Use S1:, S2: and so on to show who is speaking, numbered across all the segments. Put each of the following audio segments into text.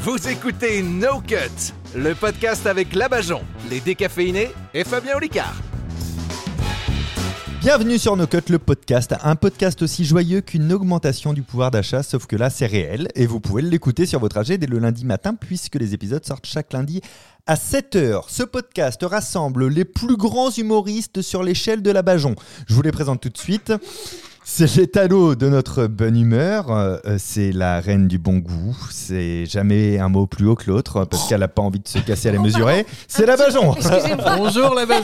S1: Vous écoutez No Cut, le podcast avec Labajon, les décaféinés et Fabien Olicard.
S2: Bienvenue sur No Cut, le podcast, un podcast aussi joyeux qu'une augmentation du pouvoir d'achat, sauf que là c'est réel et vous pouvez l'écouter sur votre trajet dès le lundi matin puisque les épisodes sortent chaque lundi à 7h. Ce podcast rassemble les plus grands humoristes sur l'échelle de la Bajon. Je vous les présente tout de suite. C'est l'étalot de notre bonne humeur, euh, c'est la reine du bon goût, c'est jamais un mot plus haut que l'autre parce qu'elle n'a pas envie de se casser à les mesurer. C'est la Bajon
S3: Excusez-moi,
S4: Bonjour la base.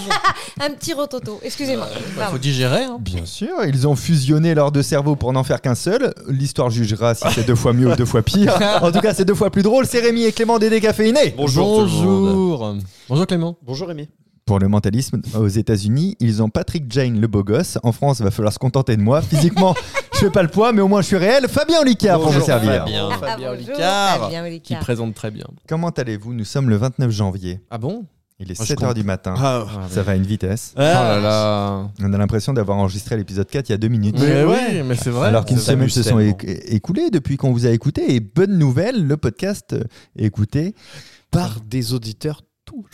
S3: un petit rototo. Excusez-moi.
S5: Euh,
S3: Pardon.
S4: Faut digérer. Hein.
S2: Bien sûr, ils ont fusionné leurs deux cerveaux pour n'en faire qu'un seul. L'histoire jugera si c'est deux fois mieux ou deux fois pire. En tout cas, c'est deux fois plus drôle. C'est Rémi et Clément des décaféinés.
S4: Bonjour. Bonjour Clément.
S5: Bonjour Rémi.
S2: Pour le mentalisme, aux États-Unis, ils ont Patrick Jane, le beau gosse. En France, va falloir se contenter de moi. Physiquement, je fais pas le poids, mais au moins je suis réel. Fabien Olicard pour vous
S4: Bonjour,
S2: servir.
S4: Fabien.
S3: Ah,
S5: Fabien
S3: bonjour,
S4: Olicard,
S3: Fabien
S4: Qui
S3: Olicard.
S4: présente très bien.
S2: Comment allez-vous Nous sommes le 29 janvier.
S4: Ah bon
S2: Il est
S4: Moi, je
S2: 7h
S4: compte.
S2: du matin.
S5: Ah,
S2: Ça va à une vitesse.
S4: Oh là là.
S2: On a l'impression d'avoir enregistré l'épisode 4 il y a deux minutes.
S4: Mais oui, mais c'est vrai.
S2: Alors qu'une
S4: Ça
S2: semaine
S4: s'amuse
S2: se sont
S4: tellement.
S2: éc- écoulées depuis qu'on vous a écouté. Et bonne nouvelle, le podcast euh, est écouté
S5: par des auditeurs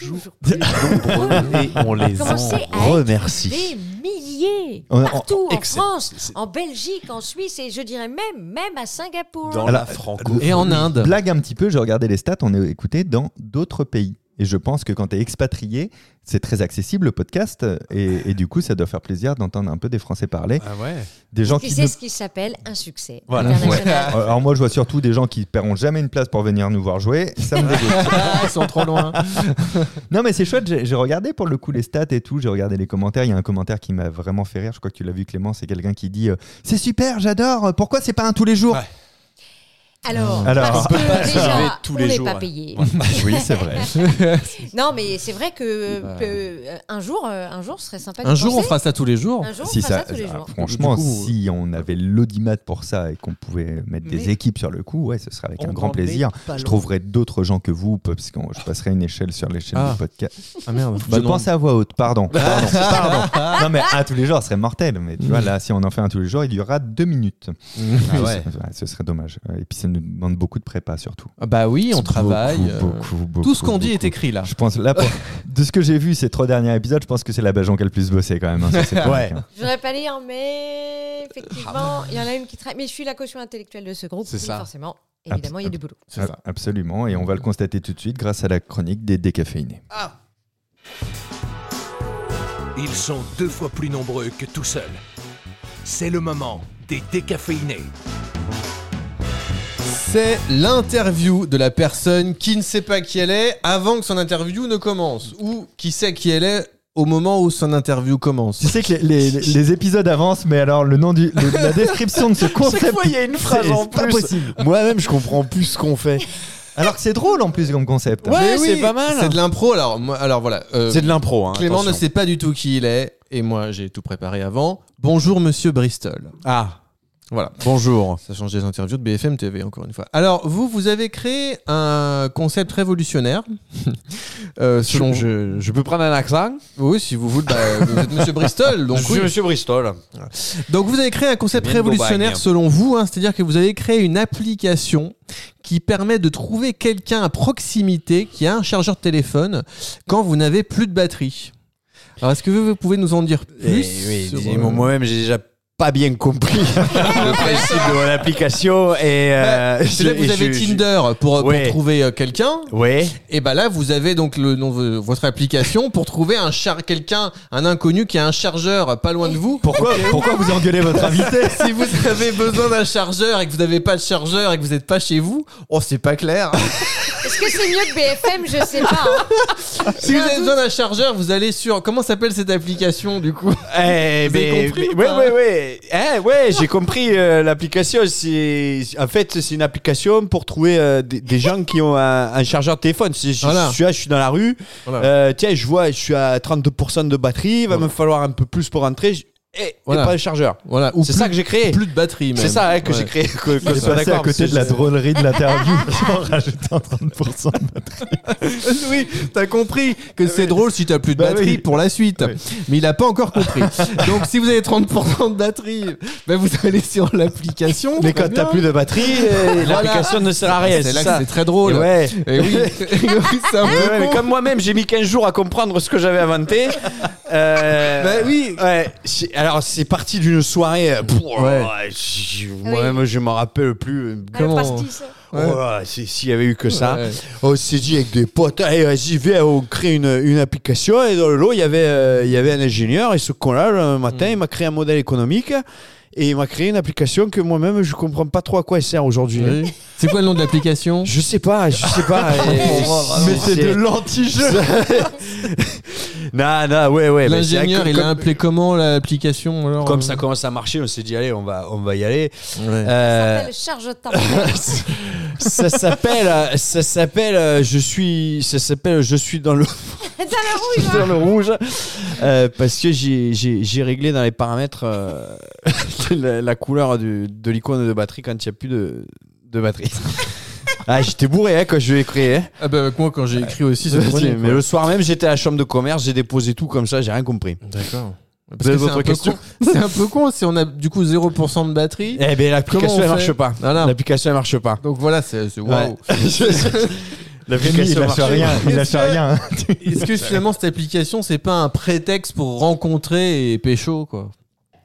S5: toujours plus nombreux et on les en
S3: Commencez Ah. à être Des
S5: remercie.
S3: milliers
S2: On- on-
S3: partout en
S5: excellent.
S3: France,
S5: C'est-
S3: en Belgique, en Suisse et je dirais même même à Singapour.
S5: Dans
S2: Alors,
S5: la franco.
S4: Ah, Et en Inde.
S2: Blague un petit peu, je regardais les stats, on est écouté dans d'autres pays. Et je pense que quand tu es expatrié, c'est très accessible le podcast. Et, et du coup, ça doit faire plaisir d'entendre un peu des Français parler.
S5: Ah ouais.
S2: Des gens
S3: Qui
S2: qui.
S3: c'est
S2: ne-
S3: ce qui s'appelle un succès
S5: Voilà.
S3: international.
S2: Alors moi, je vois surtout des gens qui paieront jamais une place pour venir nous voir jouer. Ça me dégoûte.
S4: Ah, ils sont trop loin.
S2: non, mais c'est chouette. J'ai j'ai regardé pour le coup les stats et tout. J'ai regardé les commentaires. Il y a un commentaire qui m'a vraiment fait rire. Je crois que tu l'as vu, Clément. C'est quelqu'un qui dit euh, C'est super, j'adore. Pourquoi c'est pas un tous les jours
S5: Ouais.
S3: Alors,
S2: Alors,
S3: parce
S5: on peut pas
S3: que
S5: se lever
S3: déjà,
S5: tous
S3: on
S5: les
S3: n'est
S5: jours,
S3: pas
S5: ouais.
S3: payé.
S2: Oui, c'est vrai.
S3: Non, mais c'est vrai que
S5: Bah.
S3: euh, un jour, euh, un jour, ce serait sympa.
S4: Un
S3: d'y
S4: jour, on
S3: penser.
S4: fera ça tous les jours.
S3: Un jour, on
S2: si
S3: fera
S2: ça,
S3: ça, tous les
S2: ah,
S3: jours.
S2: franchement,
S4: Du coup,
S2: si on avait l'audimat pour ça et qu'on pouvait mettre des
S5: Mais-
S2: équipes sur le coup, ouais, ce serait avec
S5: On
S2: un grand
S5: en est
S2: plaisir.
S5: pas
S2: Je
S5: loin.
S2: trouverais d'autres gens que vous, parce que je passerai une échelle sur l'échelle
S4: Ah.
S2: du podcast.
S4: Ah merde.
S2: je pense à voix haute, pardon. Pardon, pardon. Non, mais à tous les jours, ce serait mortel. Mais tu
S4: Mm.
S2: vois, là, si on en fait un tous les jours, il durera deux minutes.
S4: Ah ouais.
S2: ce, ce serait dommage. Et puis, ça nous demande beaucoup de prépa, surtout.
S4: Ah Bah oui, on
S2: Beaucoup,
S4: travaille. euh,
S2: beaucoup, beaucoup,
S4: Tout ce qu'on dit est
S2: beaucoup.
S4: écrit là.
S2: Je pense, là, pour- de ce que j'ai vu ces trois derniers épisodes, je pense que c'est la Bajon qui a le plus bossé quand même. hein, sur ces chroniques, hein.
S3: Je voudrais pas lire, mais
S2: Ah,
S3: effectivement, il y en a une qui traite. Mais je suis la caution intellectuelle de ce groupe.
S5: C'est
S3: donc
S5: ça.
S3: Forcément,
S2: Ah,
S3: évidemment, il y a du boulot.
S5: C'est ça.
S2: Absolument, et on va le constater tout de suite grâce à la chronique des décaféinés.
S4: Ah.
S1: Ils sont deux fois plus nombreux que tout seuls. C'est le moment des décaféinés.
S4: C'est l'interview de la personne qui ne sait pas qui elle est avant que son interview ne commence. Ou qui sait qui elle est au moment où son interview commence.
S2: Tu sais que les, les- les épisodes avancent, mais alors le nom du, le- la description de ce concept.
S5: Chaque fois, il y a une phrase
S2: c'est-
S5: en
S2: c'est pas
S5: plus.
S2: possible.
S5: Moi-même, je comprends plus ce qu'on fait.
S2: Alors que c'est drôle en plus comme concept. hein.
S5: Ouais,
S4: Ah, Mais
S5: c'est pas mal.
S4: C'est de l'impro. Alors, moi, alors voilà. euh,
S5: C'est de l'impro. Hein,
S4: Clément ne
S5: attention.
S4: sait pas du tout qui il est. Et moi, j'ai tout préparé avant. Bonjour, monsieur Bristol.
S5: Ah,
S4: Voilà.
S5: bonjour.
S4: Ça change des interviews de BFM TV, encore une fois. Alors, vous, vous avez créé un concept révolutionnaire. Euh, selon vous.
S5: Je, je peux prendre un accent
S4: Oui, si vous voulez, bah, vous êtes monsieur Bristol. Donc,
S5: Je suis
S4: oui.
S5: Monsieur Bristol.
S4: Donc vous avez créé un concept
S5: Rien de
S4: révolutionnaire
S5: Bourgogne.
S4: selon vous, hein, c'est-à-dire que vous avez créé une application qui permet de trouver quelqu'un à proximité qui a un chargeur de téléphone quand vous n'avez plus de batterie. Alors est-ce que vous, vous pouvez nous en dire plus
S5: Eh
S4: sur,
S5: oui,
S4: euh,
S5: dis- moi-même, j'ai déjà pas bien compris le principe de mon application et. euh,
S4: c'est là que
S5: je-
S4: vous
S5: et
S4: avez
S5: je- je-
S4: Tinder pour, pour
S5: Ouais.
S4: trouver euh, quelqu'un,
S5: Ouais.
S4: et bah là vous avez donc le nom de votre application pour trouver un char quelqu'un, un inconnu qui a un chargeur pas loin de vous.
S2: Pourquoi, pourquoi vous engueulez votre invité
S4: si vous avez besoin d'un chargeur et que vous n'avez pas de chargeur et que vous n'êtes pas chez vous, oh c'est pas clair.
S2: ah.
S3: Est-ce que c'est mieux que BFM Je sais pas. hein.
S4: Si vous avez besoin d'un chargeur, vous allez sur. Comment s'appelle cette application du coup
S5: Eh,
S4: Vous avez
S5: mais-
S4: compris ou
S5: mais-
S4: pas
S5: ouais, ouais, ouais. Eh, ouais, j'ai compris euh, l'application. C'est en fait c'est une application pour trouver euh, des, des gens qui ont un, un chargeur de téléphone. Si je,
S4: Voilà.
S5: je suis là, je suis dans la rue.
S4: Voilà.
S5: euh, tiens, je vois, je suis à 32% de batterie. Il va
S4: Voilà.
S5: me falloir un peu plus pour rentrer. Je- et,
S4: Voilà.
S5: pas le chargeur.
S4: Voilà. Ou
S5: C'est
S4: plus-
S5: ça que j'ai créé.
S4: Plus de batterie, même.
S5: C'est ça hein, que
S4: Ouais.
S5: j'ai créé. Que,
S2: Je
S5: que
S2: suis passé
S5: soit
S2: à
S5: d'accord,
S2: côté
S5: parce
S2: de la
S5: que-
S2: drôlerie de l'interview en rajoutant 30%.
S4: oui, t'as compris que c'est drôle si t'as plus de
S2: Bah
S4: batterie
S2: oui.
S4: pour la suite.
S2: Oui.
S4: Mais il a pas encore compris. Ah Donc si vous avez 30% de batterie, ben vous allez sur l'application.
S5: Mais
S4: Très
S5: quand t'as
S4: bien.
S5: plus de batterie, euh,
S4: Voilà.
S5: l'application ne sert à rien.
S4: c'est là
S5: ça.
S4: que c'est très drôle.
S5: Et ouais.
S4: Et oui, Et oui, c'est un peu
S5: Ouais, ouais, mais
S4: con.
S5: comme moi-même, j'ai mis 15 jours à comprendre ce que j'avais inventé. Euh,
S4: Bah oui.
S5: ouais, c'est- alors, c'est parti d'une soirée. euh, pff, oh,
S4: Ouais.
S5: j- Moi-même, je m'en rappelle plus.
S3: Ah, le
S4: Comment-
S3: pastis.
S5: Oh,
S4: Ouais.
S5: ouais, c'est- S'il y avait eu que ça.
S4: Ouais.
S5: On s'est dit avec des potes, allez, vas-y, viens, on crée une, une application. Et dans le lot, il y avait, euh, il y avait un ingénieur. Et ce con-là, le matin,
S4: Mm.
S5: il m'a créé un modèle économique. Et il m'a créé une application que moi-même, je comprends pas trop à quoi elle sert aujourd'hui.
S4: Oui. C'est quoi le nom de l'application Eh,
S5: Je Oh, sais pas, je sais pas.
S2: Mais c'est de l'anti-jeu.
S5: Non, non, ouais, ouais. Eh, mais c'est vrai que
S4: L'ingénieur, il
S5: comme-
S4: a appelé comment l'application alors euh,
S5: Comme ça commence à marcher, on s'est dit, allez, on va, on va y aller.
S4: Ouais.
S5: Euh,
S3: s'appelle charge ta
S5: ça s'appelle, euh, ça s'appelle, euh, je suis, ça s'appelle, je suis dans le,
S3: T'as la rouille,
S5: dans le rouge, euh, parce que j'ai, j'ai, j'ai réglé dans les paramètres euh, la, la couleur du- de l'icône de batterie quand il n'y a plus de, de batterie. Ah, j'étais bourré hein, quand je l'ai créé. hein.
S4: Ah bah avec moi quand j'ai écrit aussi ça prenait,
S5: mais
S4: quoi.
S5: le soir même, j'étais à la chambre de commerce, j'ai déposé tout comme ça, j'ai rien compris.
S4: D'accord. Parce que
S5: avez
S4: c'est
S5: votre
S4: un peu
S5: question
S4: con. C'est un peu con si on a du coup 0% de batterie.
S5: Eh ben, l'application
S4: Comment on
S5: elle
S4: fait
S5: marche pas.
S4: Voilà.
S5: L'application elle marche pas.
S4: Donc voilà, c'est c'est- waouh.
S2: Rémi, il
S5: L'application
S2: lâche
S5: marche
S2: rien. Il lâche
S4: Est-ce que-
S2: rien.
S4: Est-ce que finalement cette application c'est pas un prétexte pour rencontrer et pécho quoi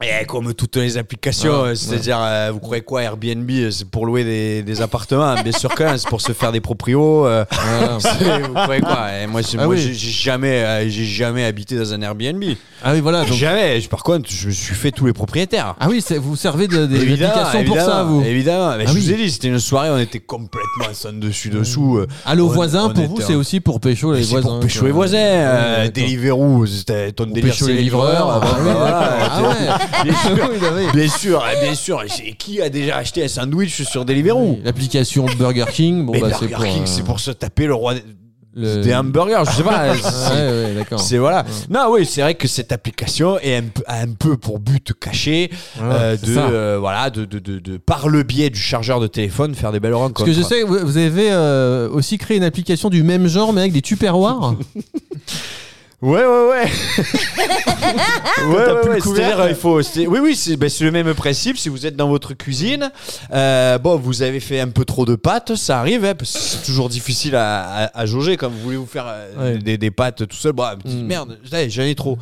S5: Eh, comme toutes les applications,
S4: Ouais,
S5: euh, c'est-à-dire, euh, vous croyez quoi, Airbnb, euh, c'est pour louer des, des appartements, bien sûr que non, c'est pour se faire des proprios. euh,
S4: Voilà.
S5: c'est- vous croyez quoi eh, Moi, c'est-
S4: Ah
S5: moi,
S4: oui.
S5: j'ai j'ai jamais, euh, j'ai jamais habité dans un Airbnb.
S4: Ah oui voilà. Donc...
S5: Jamais. Je- Par contre, je me suis fait tous les propriétaires.
S4: Ah oui, c'est- vous servez de, des
S5: Évidemment,
S4: applications
S5: évidemment,
S4: pour ça vous.
S5: Évidemment. Mais
S4: Ah
S5: je
S4: oui. Mmh.
S5: vous ai dit, c'était une soirée, on était complètement sans dessus dessous. euh,
S4: Allô
S5: on-
S4: voisins
S5: on
S4: Ah, pour vous
S5: était
S4: c'est
S5: en-
S4: aussi pour pécho les
S5: Mais c'est
S4: voisins.
S5: pour pécho
S4: quoi.
S5: les voisins, euh,
S4: Ouais, d'accord.
S5: Deliveroo, c'était ton
S4: Pour
S5: délire,
S4: pécho
S5: c'est
S4: les livreurs. Ah bah oui,
S5: voilà, euh,
S4: d'accord. Ah ouais. Oui, bah oui.
S5: Bien sûr, eh, bien sûr. C'est- Qui a déjà acheté un sandwich sur Deliveroo
S4: L'application Burger King, bon
S5: Mais
S4: bah c'est
S5: Burger
S4: pour.
S5: King,
S4: euh,
S5: c'est pour se taper le roi des-
S4: le-
S5: des hamburgers, je sais pas.
S4: Ouais,
S5: c'est-
S4: ouais, d'accord.
S5: C'est voilà. Non, oui, c'est vrai que cette application est un, peu- a un peu pour but caché
S4: Voilà,
S5: euh,
S4: c'est
S5: de,
S4: ça.
S5: euh, voilà, de, de, de, de- par le biais du chargeur de téléphone, faire des belles rencontres.
S4: Parce que je sais, que vous vous avez euh, aussi créé une application du même genre, mais avec des tupperwares.
S5: Ouais, ouais, ouais. ouais,
S2: t'as
S5: ouais,
S2: plus le
S5: ouais,
S2: couvert.
S5: C'est-à-dire, il faut. c'est- Oui, oui, c'est ben, c'est le même principe. Si vous êtes dans votre cuisine, euh, bon, vous avez fait un peu trop de pâtes, ça arrive, hein, parce que c'est toujours difficile à, à, à jauger quand vous voulez vous faire euh,
S4: Ouais.
S5: des, des pâtes tout seul. Bon, ah, petite
S4: Mm.
S5: merde, allez, j'en ai trop.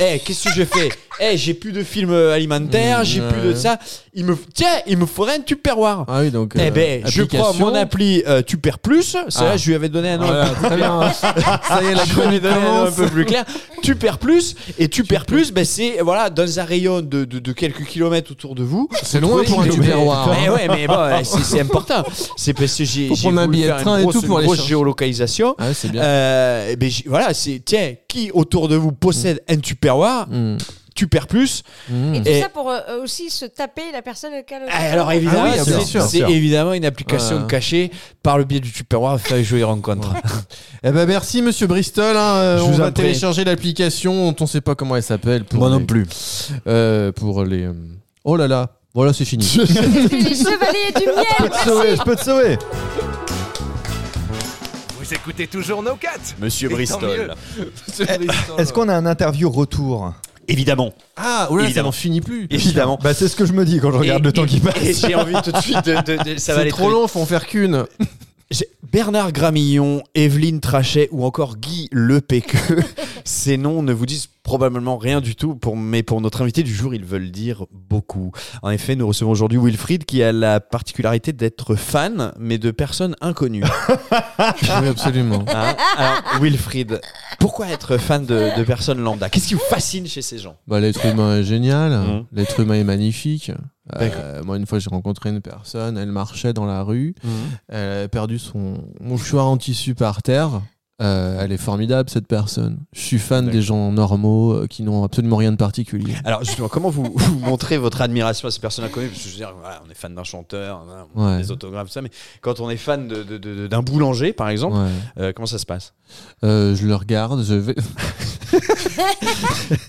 S5: Eh, qu'est-ce que je fais Eh, j'ai plus de films euh, alimentaires,
S4: Mm,
S5: j'ai
S4: ouais.
S5: plus de ça. Il me, tiens, il me faudrait un tupperware.
S4: Ah oui, donc.
S5: Eh
S4: euh,
S5: ben, je prends
S4: application.
S5: mon appli euh, Tu perds plus. Ça,
S4: Ah.
S5: je lui avais donné un nom
S4: Voilà, très bien. Ça y est, la
S5: Ah, je vais
S4: chronique
S5: donner un nom un
S4: commence.
S5: peu plus clair. tu perds plus et tu perds plus, ben c'est voilà dans un rayon de, de- de quelques kilomètres autour de vous.
S4: C'est loin pour un
S5: Mais-
S4: tupperware.
S5: Mais Eh ouais, mais bon, ouais, c'est c'est important. C'est parce que j'ai
S4: Faut
S5: j'ai
S4: prendre un
S5: voulu
S4: billet de
S5: faire
S4: train
S5: une
S4: et
S5: grosse,
S4: tout pour
S5: une
S4: aller
S5: grosse
S4: chercher.
S5: géolocalisation.
S4: Ah, c'est bien.
S5: Euh, et ben j'ai- voilà, c'est tiens qui autour de vous possède un tupperware,
S4: Mm.
S5: tu perds plus.
S4: Mm.
S3: Et tout
S5: Et-
S3: ça pour euh, aussi se taper la personne qui a le-
S5: Ah, Alors évidemment,
S4: Ah oui, bien
S5: c'est-
S4: sûr.
S5: c'est évidemment une application
S4: Ouais.
S5: cachée par le biais du tupperware faire jouer les rencontres.
S4: Eh ben, merci, monsieur Bristol. hein, euh,
S5: Je
S4: on
S5: vous
S4: va
S5: en prie.
S4: télécharger l'application dont on sait pas comment elle s'appelle. pour les-
S5: plus.
S4: euh, pour les. euh, Oh là là. Voilà, c'est fini.
S3: Les chevaliers du miel
S2: Je peux te sauver, je peux te sauver.
S1: Vous écoutez toujours nos 4
S5: Monsieur
S1: Et tant mieux. Eh,
S5: Bristol.
S2: Est-ce qu'on a un interview retour
S5: Évidemment.
S4: Ah, oh là, ça
S5: Évidemment.
S4: n'en finit plus.
S5: Évidemment.
S2: Bah, c'est ce que je me dis quand je regarde
S5: Et-
S2: le temps
S5: et-
S2: qui passe.
S5: Et j'ai envie tout de suite de. de- de- ça va
S4: C'est
S5: aller
S4: trop long, faut en faire qu'une.
S5: J'ai- Bernard Gramillon, Evelyne Trachet ou encore Guy Lepéqueux, ces noms ne vous disent probablement rien du tout, pour, mais pour notre invité du jour, ils veulent dire beaucoup. En effet, nous recevons aujourd'hui Wilfried qui a la particularité d'être fan, mais de personnes inconnues.
S4: oui, absolument.
S5: Hein Alors, Wilfried, pourquoi être fan de, de personnes lambda Qu'est-ce qui vous fascine chez ces gens
S4: Bah, l'être humain est génial,
S5: Mhm.
S4: l'être humain est magnifique. Euh, moi, une fois, j'ai rencontré une
S5: Hmm.
S4: personne, elle marchait dans la rue, elle avait perdu son mouchoir en tissu par terre. euh, elle est formidable cette personne. Je suis fan
S5: D'accord.
S4: des gens normaux euh, qui n'ont absolument rien de particulier.
S5: Alors justement, comment vous, vous montrez votre admiration à ces personnes inconnues Parce que je veux dire, voilà, on est fan d'un chanteur, hein, on a
S4: Ouais.
S5: des autographes, tout ça, mais quand on est fan de- de- de- de- d'un boulanger, par exemple,
S4: Ouais.
S5: euh, comment ça se passe
S4: Euh, je le regarde, je vais.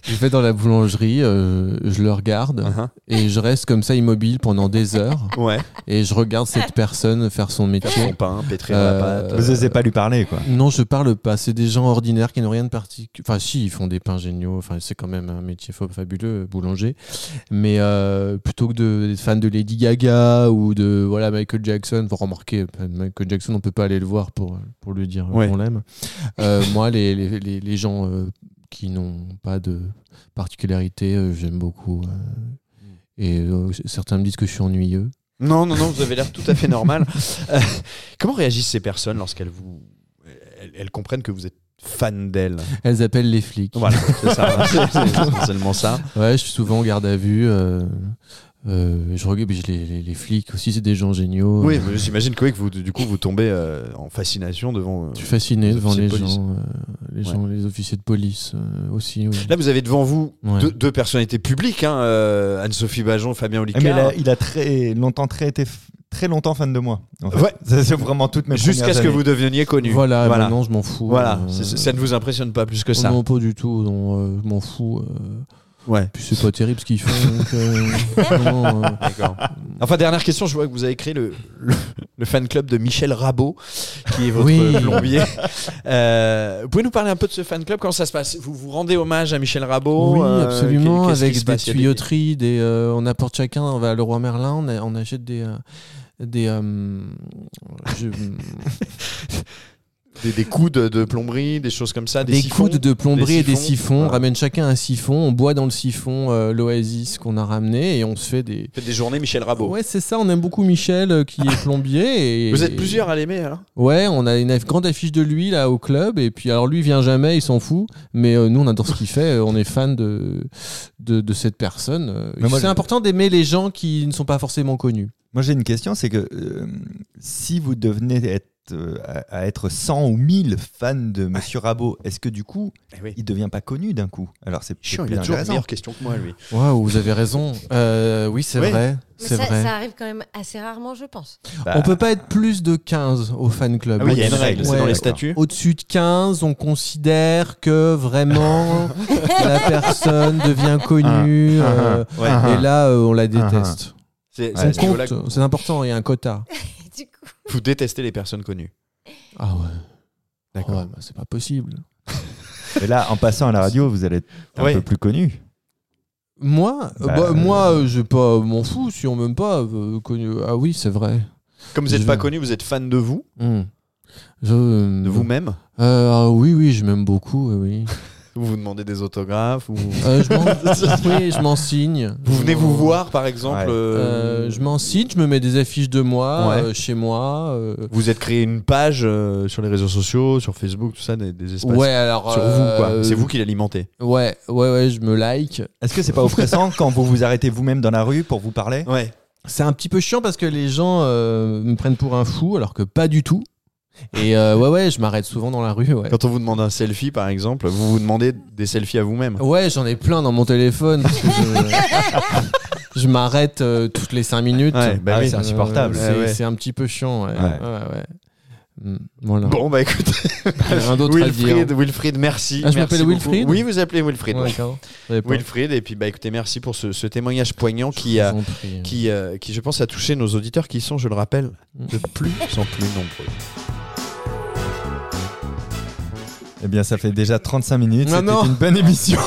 S4: je vais dans la boulangerie, euh, je le regarde et je reste comme ça immobile pendant des heures
S5: Hein? Ouais,
S4: et je regarde cette personne faire son
S5: faire son
S4: métier.
S5: pain, pétrir
S4: Euh,
S5: la pâte.
S2: Vous n'osez pas lui parler, quoi.
S4: Non, je parle pas. C'est des gens ordinaires qui n'ont rien de particulier. Enfin, si, ils font des pains géniaux. Enfin, c'est quand même un métier fa- fabuleux, boulanger. Mais euh, plutôt que de- d'être fan de Lady Gaga ou de voilà Michael Jackson, vous remarquez, Michael Jackson, on peut pas aller le voir pour pour lui dire
S5: Ouais.
S4: qu'on l'aime. Euh, moi, les, les, les, les gens euh, qui n'ont pas de particularité, euh, j'aime beaucoup. euh, et euh, certains me disent que je suis ennuyeux.
S5: Non, non, non, vous avez l'air tout à fait normal. Euh, comment réagissent ces personnes lorsqu'elles vous, elles, elles comprennent que vous êtes fan d'elles
S4: Elles appellent les flics.
S5: Voilà, c'est ça, hein, c'est- c'est essentiellement ça.
S4: Ouais, je suis souvent en garde à vue. euh, euh, je regarde puis je- les, les- les flics aussi, c'est des gens géniaux.
S5: Oui,
S4: Euh,
S5: mais j'imagine que, oui, que vous, du coup, vous tombez euh, en fascination devant. euh,
S4: Je suis fasciné
S5: Les
S4: devant
S5: officiers
S4: les
S5: de police.
S4: gens, euh, les
S5: Ouais.
S4: gens, les officiers de police euh, aussi. oui.
S5: Là, vous avez devant vous
S4: Ouais.
S5: deux, deux personnalités publiques, hein, euh, Anne-Sophie Bajon, Fabien
S2: Ah, Mais il
S5: Olicard.
S2: a, il a très longtemps très été f- très longtemps fan de moi. en fait.
S5: Ouais.
S2: Ça, c'est vraiment toutes mes
S5: Jusqu'à
S2: premières
S5: ce que
S2: années.
S5: vous deveniez connu.
S4: Voilà,
S5: voilà.
S4: maintenant je m'en fous.
S5: Voilà,
S4: euh,
S5: c'est- c'est- ça ne vous impressionne pas plus que ça.
S4: Non, pas du tout. Non, euh, je m'en fous. euh,
S5: Ouais.
S4: puis c'est pas terrible ce qu'ils font. donc, euh, non, euh,
S5: D'accord. Enfin, dernière question, je vois que vous avez créé le, le, le fan club de Michel Rabot, qui est votre
S4: Oui.
S5: plombier. Euh, vous pouvez nous parler un peu de ce fan club Comment ça se passe Vous vous rendez hommage à Michel Rabot
S4: oui,
S5: euh,
S4: absolument,
S5: qu'est-ce qui
S4: avec
S5: se
S4: des
S5: passe Il y a
S4: tuyauteries, des, euh, on apporte chacun, on va à Leroy Merlin, on, a- on achète des. euh, des euh, je-
S5: Des, des coudes de plomberie, des choses comme ça, des,
S4: des
S5: siphons.
S4: coudes de plomberie
S5: des
S4: et des
S5: siphons.
S4: siphons.
S5: Voilà.
S4: On ramène chacun un siphon, on boit dans le siphon euh, l'oasis qu'on a ramené et on se fait des.
S5: Faites des journées Michel Rabot.
S4: Ouais, c'est ça, on aime beaucoup Michel euh, qui est plombier. Et,
S5: Vous êtes plusieurs à l'aimer alors
S4: Ouais, on a une aff- grande affiche de lui là au club et puis alors lui il vient jamais, il s'en fout, mais euh, nous on adore ce qu'il fait, euh, on est fan de, de, de cette personne. euh,
S2: Mais moi,
S4: C'est
S2: je-
S4: important d'aimer les gens qui ne sont pas forcément connus.
S2: Moi, j'ai une question, c'est que euh, si vous devenez être, euh, à, à être 100 ou 1000 fans de Monsieur Rabot, est-ce que du coup,
S4: Eh
S2: il devient pas connu d'un coup Alors c'est
S5: Chiant,
S2: peut-être
S5: il a
S2: plus
S5: toujours une
S2: intéressant.
S5: meilleure question que moi, lui.
S4: Waouh, vous avez raison. Euh, oui, c'est
S5: Oui.
S4: vrai.
S3: Mais
S4: C'est
S3: ça,
S4: vrai.
S3: ça arrive quand même assez rarement, je pense.
S2: Bah,
S4: On peut pas être plus de 15 au fan club.
S5: Ah oui, il y a une
S2: Ouais,
S5: règle, c'est dans
S2: ouais,
S5: les
S2: d'accord.
S5: statuts.
S4: Au-dessus de 15, on considère que vraiment la personne devient connue.
S2: Ah, ah,
S4: euh,
S5: Ouais.
S2: Ah,
S4: Et là, euh, on la déteste.
S5: C'est
S4: On
S5: Ah, c'est ce niveau-là que
S4: compte, c'est important, il y a un quota.
S3: Et du coup,
S5: vous détestez les personnes connues.
S4: Ah ouais.
S5: D'accord.
S4: Ouais, bah, c'est pas possible.
S2: Et là, en passant à la radio, vous allez être un
S5: Ouais.
S2: peu plus connu.
S4: Moi, euh,
S2: Bah,
S4: bah,
S2: euh,
S4: moi, euh, je pas m'en fous si on m'aime pas. euh, connu. Ah oui, c'est vrai.
S5: Comme vous n'êtes
S4: Je-
S5: pas connu, vous êtes fan de vous,
S4: Hmm. Je, euh,
S5: de vous-même.
S4: euh, ah oui, oui, je m'aime beaucoup. Oui. oui.
S5: Vous vous demandez des autographes ou...
S4: Euh, je m'en- oui, je m'en signe.
S5: Vous venez vous
S4: Euh,
S5: voir, par exemple.
S2: Ouais.
S5: euh,
S4: Euh, je m'en cite, je me mets des affiches de moi
S5: Ouais.
S4: euh, chez moi. euh.
S5: Vous êtes créé une page euh, sur les réseaux sociaux, sur Facebook, tout ça, des, des espaces.
S4: Ouais, alors.
S5: Sur vous,
S4: euh,
S5: quoi. C'est vous qui l'alimentez.
S4: Ouais, ouais, ouais, je me like.
S2: Est-ce que c'est pas oppressant quand vous vous arrêtez vous-même dans la rue pour vous parler
S5: Ouais.
S4: C'est un petit peu chiant parce que les gens euh, me prennent pour un fou alors que pas du tout. Et euh, ouais, ouais, je m'arrête souvent dans la rue, ouais.
S5: Quand on vous demande un selfie, par exemple, vous vous demandez des selfies à vous-même.
S4: Ouais, j'en ai plein dans mon téléphone parce que je, je m'arrête euh, toutes les 5 minutes.
S5: Ouais, bah
S2: Ah
S5: oui.
S2: oui, c'est insupportable.
S4: c'est,
S5: Ouais, ouais.
S4: c'est un petit peu chiant, ouais.
S2: Ouais.
S4: Ouais, ouais. Mm, voilà.
S5: Bon, bah écoutez,
S4: Rien d'autre à dire.
S5: Wilfried, Wilfried, merci.
S4: Ah, je
S5: Merci
S4: m'appelle
S5: beaucoup.
S4: Wilfried
S5: Oui, vous appelez Wilfried.
S4: Ouais,
S5: ouais.
S4: d'accord. J'avais pas-
S5: Wilfried, et puis bah écoutez, merci pour ce, ce témoignage poignant
S4: je
S5: qui a.
S4: vous en prie.
S5: Qui, euh, qui, je pense, a touché nos auditeurs qui sont, je le rappelle,
S2: Mm.
S5: de plus en plus nombreux.
S2: Eh bien, ça fait déjà 35 minutes.
S4: Non,
S2: C'était
S4: non.
S2: une bonne émission.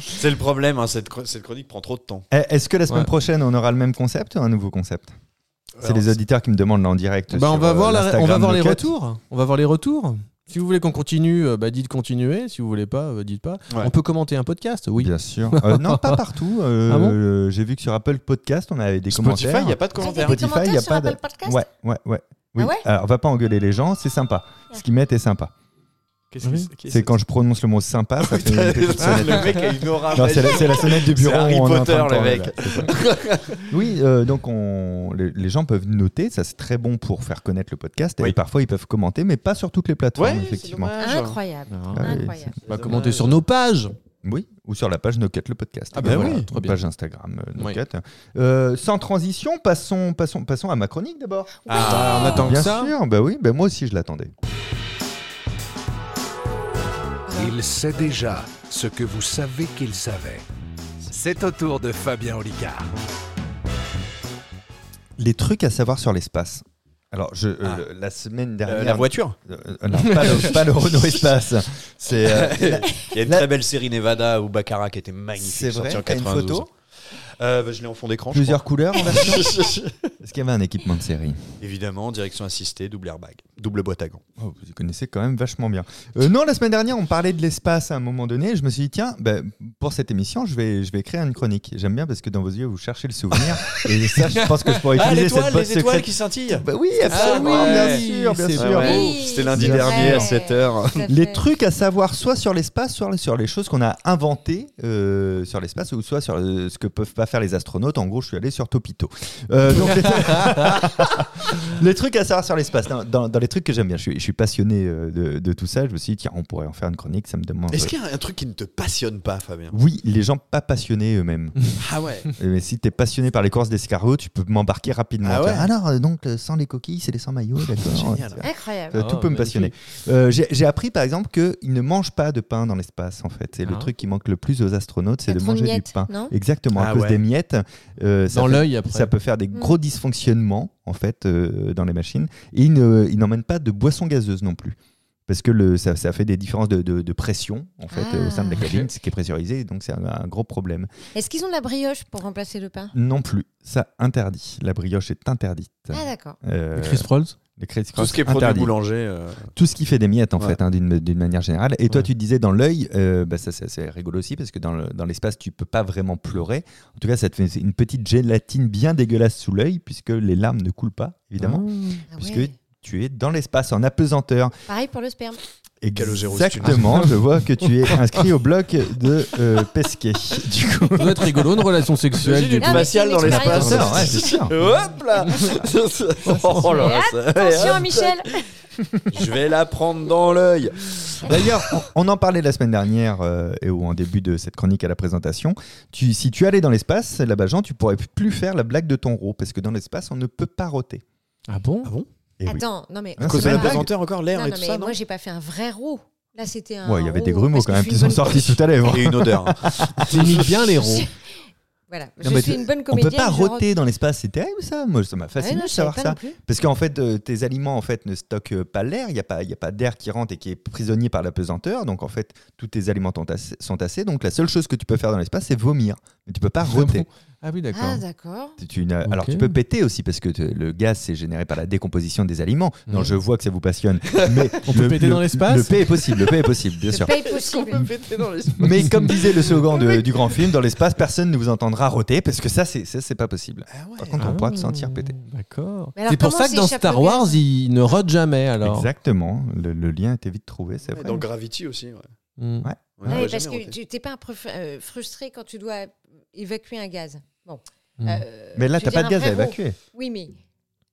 S5: C'est le problème, hein, cette, chro- cette chronique prend trop de temps.
S2: Eh, Est-ce que la semaine
S4: Ouais.
S2: prochaine, on aura le même concept ou un nouveau concept C'est
S5: Alors,
S2: les auditeurs qui me demandent là en direct.
S4: Bah, on
S2: sur,
S4: va
S2: euh,
S4: voir, la- on va
S2: l'Instagram
S4: voir les
S2: Locket.
S4: retours. On va voir les retours. Si vous voulez qu'on continue, euh, bah dites continuer. Si vous voulez pas, euh, dites pas.
S5: Ouais.
S4: On peut commenter un podcast, oui.
S2: Bien sûr. Euh, non, pas partout. euh,
S4: Ah bon
S2: euh, J'ai vu que sur Apple Podcast, on avait des
S5: Spotify, il
S2: commentaires.
S5: n'y a pas de
S3: Vous avez
S5: commentaires.
S3: des
S2: Spotify, il y a
S3: commentaires
S2: pas
S3: sur
S2: de-
S3: Apple Podcast
S2: Ouais, ouais, ouais. Oui. Euh,
S3: Ah ouais
S2: Alors, on va pas engueuler les gens, c'est sympa. Ce qu'ils mettent est sympa.
S5: Qu'est-ce que
S4: Oui.
S5: c'est- qu'est-ce
S2: C'est quand je prononce le mot sympa, ça fait une petite
S5: Putain,
S2: sonnette.
S5: le mec a une aura
S2: Non, c'est la,
S5: magique.
S2: c'est la sonnette du bureau.
S5: Ah, C'est Harry
S2: où on est en train de
S5: Potter, le
S2: tourner, là, c'est ça. oui, euh, donc on, les, les gens peuvent noter, ça c'est très bon pour faire connaître le podcast. Et
S5: Oui.
S2: parfois ils peuvent commenter, mais pas sur toutes les plateformes,
S5: Ouais,
S2: effectivement.
S5: c'est dommage.
S3: Incroyable.
S2: Ah, oui,
S3: Incroyable.
S4: Bah, commentez sur nos pages.
S2: Oui, ou sur la page Noquette le podcast.
S5: Ah
S2: Et
S5: bah
S2: voilà,
S5: oui,
S4: très bien.
S2: page Instagram euh, Noquette. Euh, sans transition, passons, passons, passons à ma chronique d'abord.
S5: Ah, on attend que
S2: Bien
S5: ça.
S2: sûr, bah oui, bah moi aussi je l'attendais.
S1: Il sait déjà ce que vous savez qu'il savait. C'est au tour de Fabien Olicard.
S2: Les trucs à savoir sur l'espace. Alors, je, euh,
S5: Ah.
S2: le- la semaine
S5: Euh,
S2: dernière.
S5: la voiture.
S2: Euh, euh, non, pas, le, pas le Renault Espace. C'est euh,
S5: Il y a une
S2: La-
S5: très belle série Nevada où Baccarat qui était magnifique.
S2: C'est vrai,
S5: sortie en
S2: t'as une
S5: 92.
S2: photo
S5: Euh, bah, Je l'ai en fond d'écran. je
S2: plusieurs couleurs en version.
S5: crois.
S2: Est-ce qu'il y avait un équipement de série
S5: Évidemment, direction assistée, double airbag, double boîte à gants.
S2: Oh, Vous y connaissez quand même vachement bien. Euh, non, la semaine dernière, on parlait de l'espace à un moment donné. Je me suis dit, tiens, ben, pour cette émission, je vais, je vais créer une chronique. J'aime bien parce que dans vos yeux, vous cherchez le souvenir. et ça, je pense que je pourrais
S5: Ah,
S2: utiliser cette botte secrète.
S5: qui scintillent
S2: Bah oui, absolument,
S5: Ah
S2: bien
S5: ouais.
S2: sûr, bien
S4: C'est
S2: sûr.
S3: vrai. Oui,
S5: C'était lundi
S2: bien
S5: dernier à
S3: sûr.
S5: 7h.
S3: Tout à
S2: Les
S3: fait.
S2: trucs à savoir soit sur l'espace, soit sur les choses qu'on a inventées euh, sur l'espace, ou soit sur euh, ce que peuvent pas faire les astronautes. En gros, je suis allé sur Topito. Euh, donc, les, les trucs à savoir sur l'espace. Dans, dans- dans les trucs que j'aime bien, je suis, je suis passionné euh, de, de tout ça. Je me suis dit, tiens, on pourrait en faire une chronique, ça me demande.
S5: Est-ce qu'il y a un truc qui ne te passionne pas, Fabien
S2: Oui, les gens pas passionnés eux-mêmes.
S5: Ah ouais
S2: Euh, Mais si t'es passionné par les courses d'escargots, tu peux m'embarquer rapidement.
S5: Ah ouais
S2: Tiens, Alors, euh, donc, euh, sans les coquilles, c'est les sans maillots, d'accord.
S5: Génial.
S3: Incroyable.
S2: Euh,
S4: Ah,
S2: tout peut me
S4: magnifique.
S2: passionner. Euh, J'ai j'ai appris par exemple qu'ils ne mangent pas de pain dans l'espace en fait. C'est le
S4: Ah.
S2: truc qui manque le plus aux astronautes, c'est
S3: Il y a
S2: de
S3: trop de
S2: manger du
S3: miettes,
S2: pain.
S3: non
S2: Exactement, à
S5: Ah
S2: cause
S5: ouais.
S2: des miettes. euh, ça
S4: Dans
S2: fait-
S4: l'œil après.
S2: ça peut faire des
S3: Mm.
S2: gros dysfonctionnements en fait euh, dans les machines. Et ils ne- ils n'emmènent pas de boissons gazeuses non plus. Parce que le, ça, ça fait des différences de, de- de pression en fait
S3: Ah.
S2: au sein de la cabine, ce qui est pressurisé, donc c'est un, un gros problème.
S3: Est-ce qu'ils ont de la brioche pour remplacer le pain
S2: Non plus, ça interdit. La brioche est interdite.
S3: Ah d'accord.
S2: Euh,
S4: Chris Prolls.
S2: le Chris
S5: Tout
S2: Cross,
S5: ce qui est produit
S2: interdit.
S5: boulanger. euh.
S2: tout ce qui fait des miettes en
S5: Ouais.
S2: fait hein, d'une d'une manière générale et toi
S4: Ouais.
S2: tu te disais dans l'œil euh, bah, ça c'est assez rigolo aussi parce que dans le- dans l'espace tu peux pas vraiment pleurer en tout cas ça te fait une petite gélatine bien dégueulasse sous l'œil puisque les larmes ne coulent pas évidemment
S3: Ah
S2: puisque
S3: ouais.
S2: tu es dans l'espace en apesanteur
S3: Pareil pour le sperme.
S5: Calogero,
S2: exactement je vois que tu es inscrit au bloc de euh, Pesquet du coup
S4: Ça doit être rigolo, une relation sexuelle.
S5: J'ai
S4: Du
S5: une
S4: coup.
S3: Ah, mais
S5: faciale
S3: c'est
S5: dans
S3: une
S5: l'espace.
S2: expérience. Ouais, c'est sûr.
S5: Hop là Oh là là, ça-
S3: Attention Michel.
S5: Je vais la prendre dans l'œil.
S2: D'ailleurs, on on en parlait la semaine dernière euh, et ou en début de cette chronique à la présentation. Tu, si tu allais dans l'espace, là-bas, Jean, tu pourrais plus faire la blague de ton rot parce que dans l'espace, on ne peut pas roter.
S4: Ah bon
S2: Et oui.
S3: Attends, non mais
S2: Hein,
S3: c'est
S2: c'est
S3: pas
S2: la
S3: grave.
S5: présentateur encore
S3: Non, non, mais moi j'ai pas fait un vrai roux. Là c'était un.
S2: Ouais, il y avait
S3: roux
S2: des grumeaux
S3: Ah, oh, parce
S2: quand
S3: que
S2: même
S3: je
S2: qui
S3: suis
S2: sont
S3: une bonne-
S2: sortis tout à l'heure.
S5: Et une odeur. hein.
S4: T'imites Ah, bien les ronds.
S3: Voilà,
S2: Non,
S3: je
S2: mais
S3: suis
S2: tu-
S3: une bonne
S2: On peut
S3: comédienne.
S2: pas
S3: je rote.
S2: roter dans l'espace, c'est terrible ça. Moi, ça m'a
S3: Ah ouais,
S2: fasciné
S3: non,
S2: de
S3: je savais
S2: savoir
S3: pas
S2: ça.
S3: non plus.
S2: Parce qu'en fait, euh, tes aliments en fait ne stockent pas l'air. Il n'y a pas, il y a pas d'air qui rentre et qui est prisonnier par la pesanteur. Donc en fait, tous tes aliments sont tassés- sont tassés. Donc la seule chose que tu peux faire dans l'espace, c'est vomir. Mais tu peux pas roter.
S4: Ah oui, d'accord.
S3: Ah d'accord.
S2: Tu- tu n'as- Alors
S4: Ok.
S2: tu peux péter aussi parce que te- le gaz c'est généré par la décomposition des aliments. Non,
S4: Mhm.
S2: je vois que ça vous passionne. Mais
S4: On peut péter dans l'espace
S2: Le P est possible, le P est possible, bien sûr.
S3: Paye possible.
S2: Mais comme disait le slogan de- du grand film, dans l'espace personne ne vous entendra roter parce que ça c'est ça, c'est pas possible.
S3: Eh,
S2: Par contre,
S3: ah
S2: on pourra te sentir péter.
S4: Ah, D'accord.
S3: Mais alors,
S4: C'est pour
S3: comment
S4: ça que dans
S3: s'échappe le
S4: Star
S3: gaz
S4: Wars, ils ne rotent jamais alors.
S2: Exactement, le, le lien était vite trouvé, c'est vrai.
S5: Dans Gravity aussi. ouais.
S4: Mm.
S5: Ouais,
S3: Ouais,
S5: on l'a
S3: parce
S5: jamais
S3: que
S5: roté.
S3: tu t'es pas un prof- euh, frustré quand tu dois évacuer un gaz. Bon.
S4: Mm.
S3: Euh,
S2: Mais là
S3: je
S2: t'as
S3: veux
S2: pas
S3: dire,
S2: de
S3: un
S2: gaz
S3: vrai
S2: à
S3: roux.
S2: évacuer.
S3: Oui, mais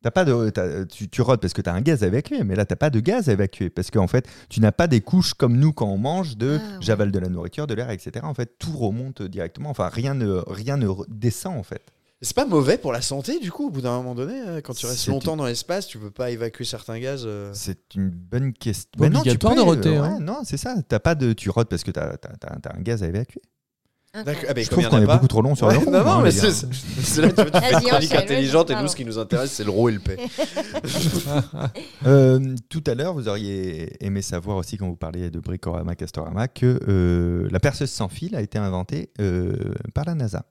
S2: T'as pas de, t'as- tu, tu rotes parce que tu as un gaz à évacuer, mais là, tu pas de gaz à évacuer parce qu'en fait, tu n'as pas des couches comme nous quand on mange de
S3: Ah, ouais.
S2: j'avale de la nourriture, de l'air, etc. En fait, tout remonte directement. Enfin, rien ne, rien ne re- descend, en fait.
S5: C'est pas mauvais pour la santé, du coup, au bout d'un moment donné. euh, Quand tu restes
S2: C'est-
S5: longtemps dans l'espace, tu peux pas évacuer certains gaz. euh.
S2: C'est une bonne question.
S4: Pas obligatoire de roter,
S2: ouais,
S4: hein.
S2: Non, c'est ça. T'as pas de, tu rotes parce que tu as, un gaz à évacuer.
S5: D'accord.
S3: incroyable.
S5: Ah, mais
S2: Je
S5: comme
S2: trouve
S5: il y en
S2: qu'on
S5: a
S2: est
S5: pas-
S2: beaucoup trop long sur
S5: Ouais, bah
S2: le rond.
S5: Non, non,
S2: hein,
S5: mais
S2: les gars.
S5: c'est c'est là que tu vois, tu fais
S3: Vas-y,
S5: une chronique
S3: enchaîne,
S5: intelligente et
S3: pardon.
S5: nous, ce qui nous intéresse, c'est le rô et le P.
S2: Euh, tout à l'heure, vous auriez aimé savoir aussi, quand vous parliez de Bricorama, Castorama, que euh, la perceuse sans fil a été inventée euh, par la NASA.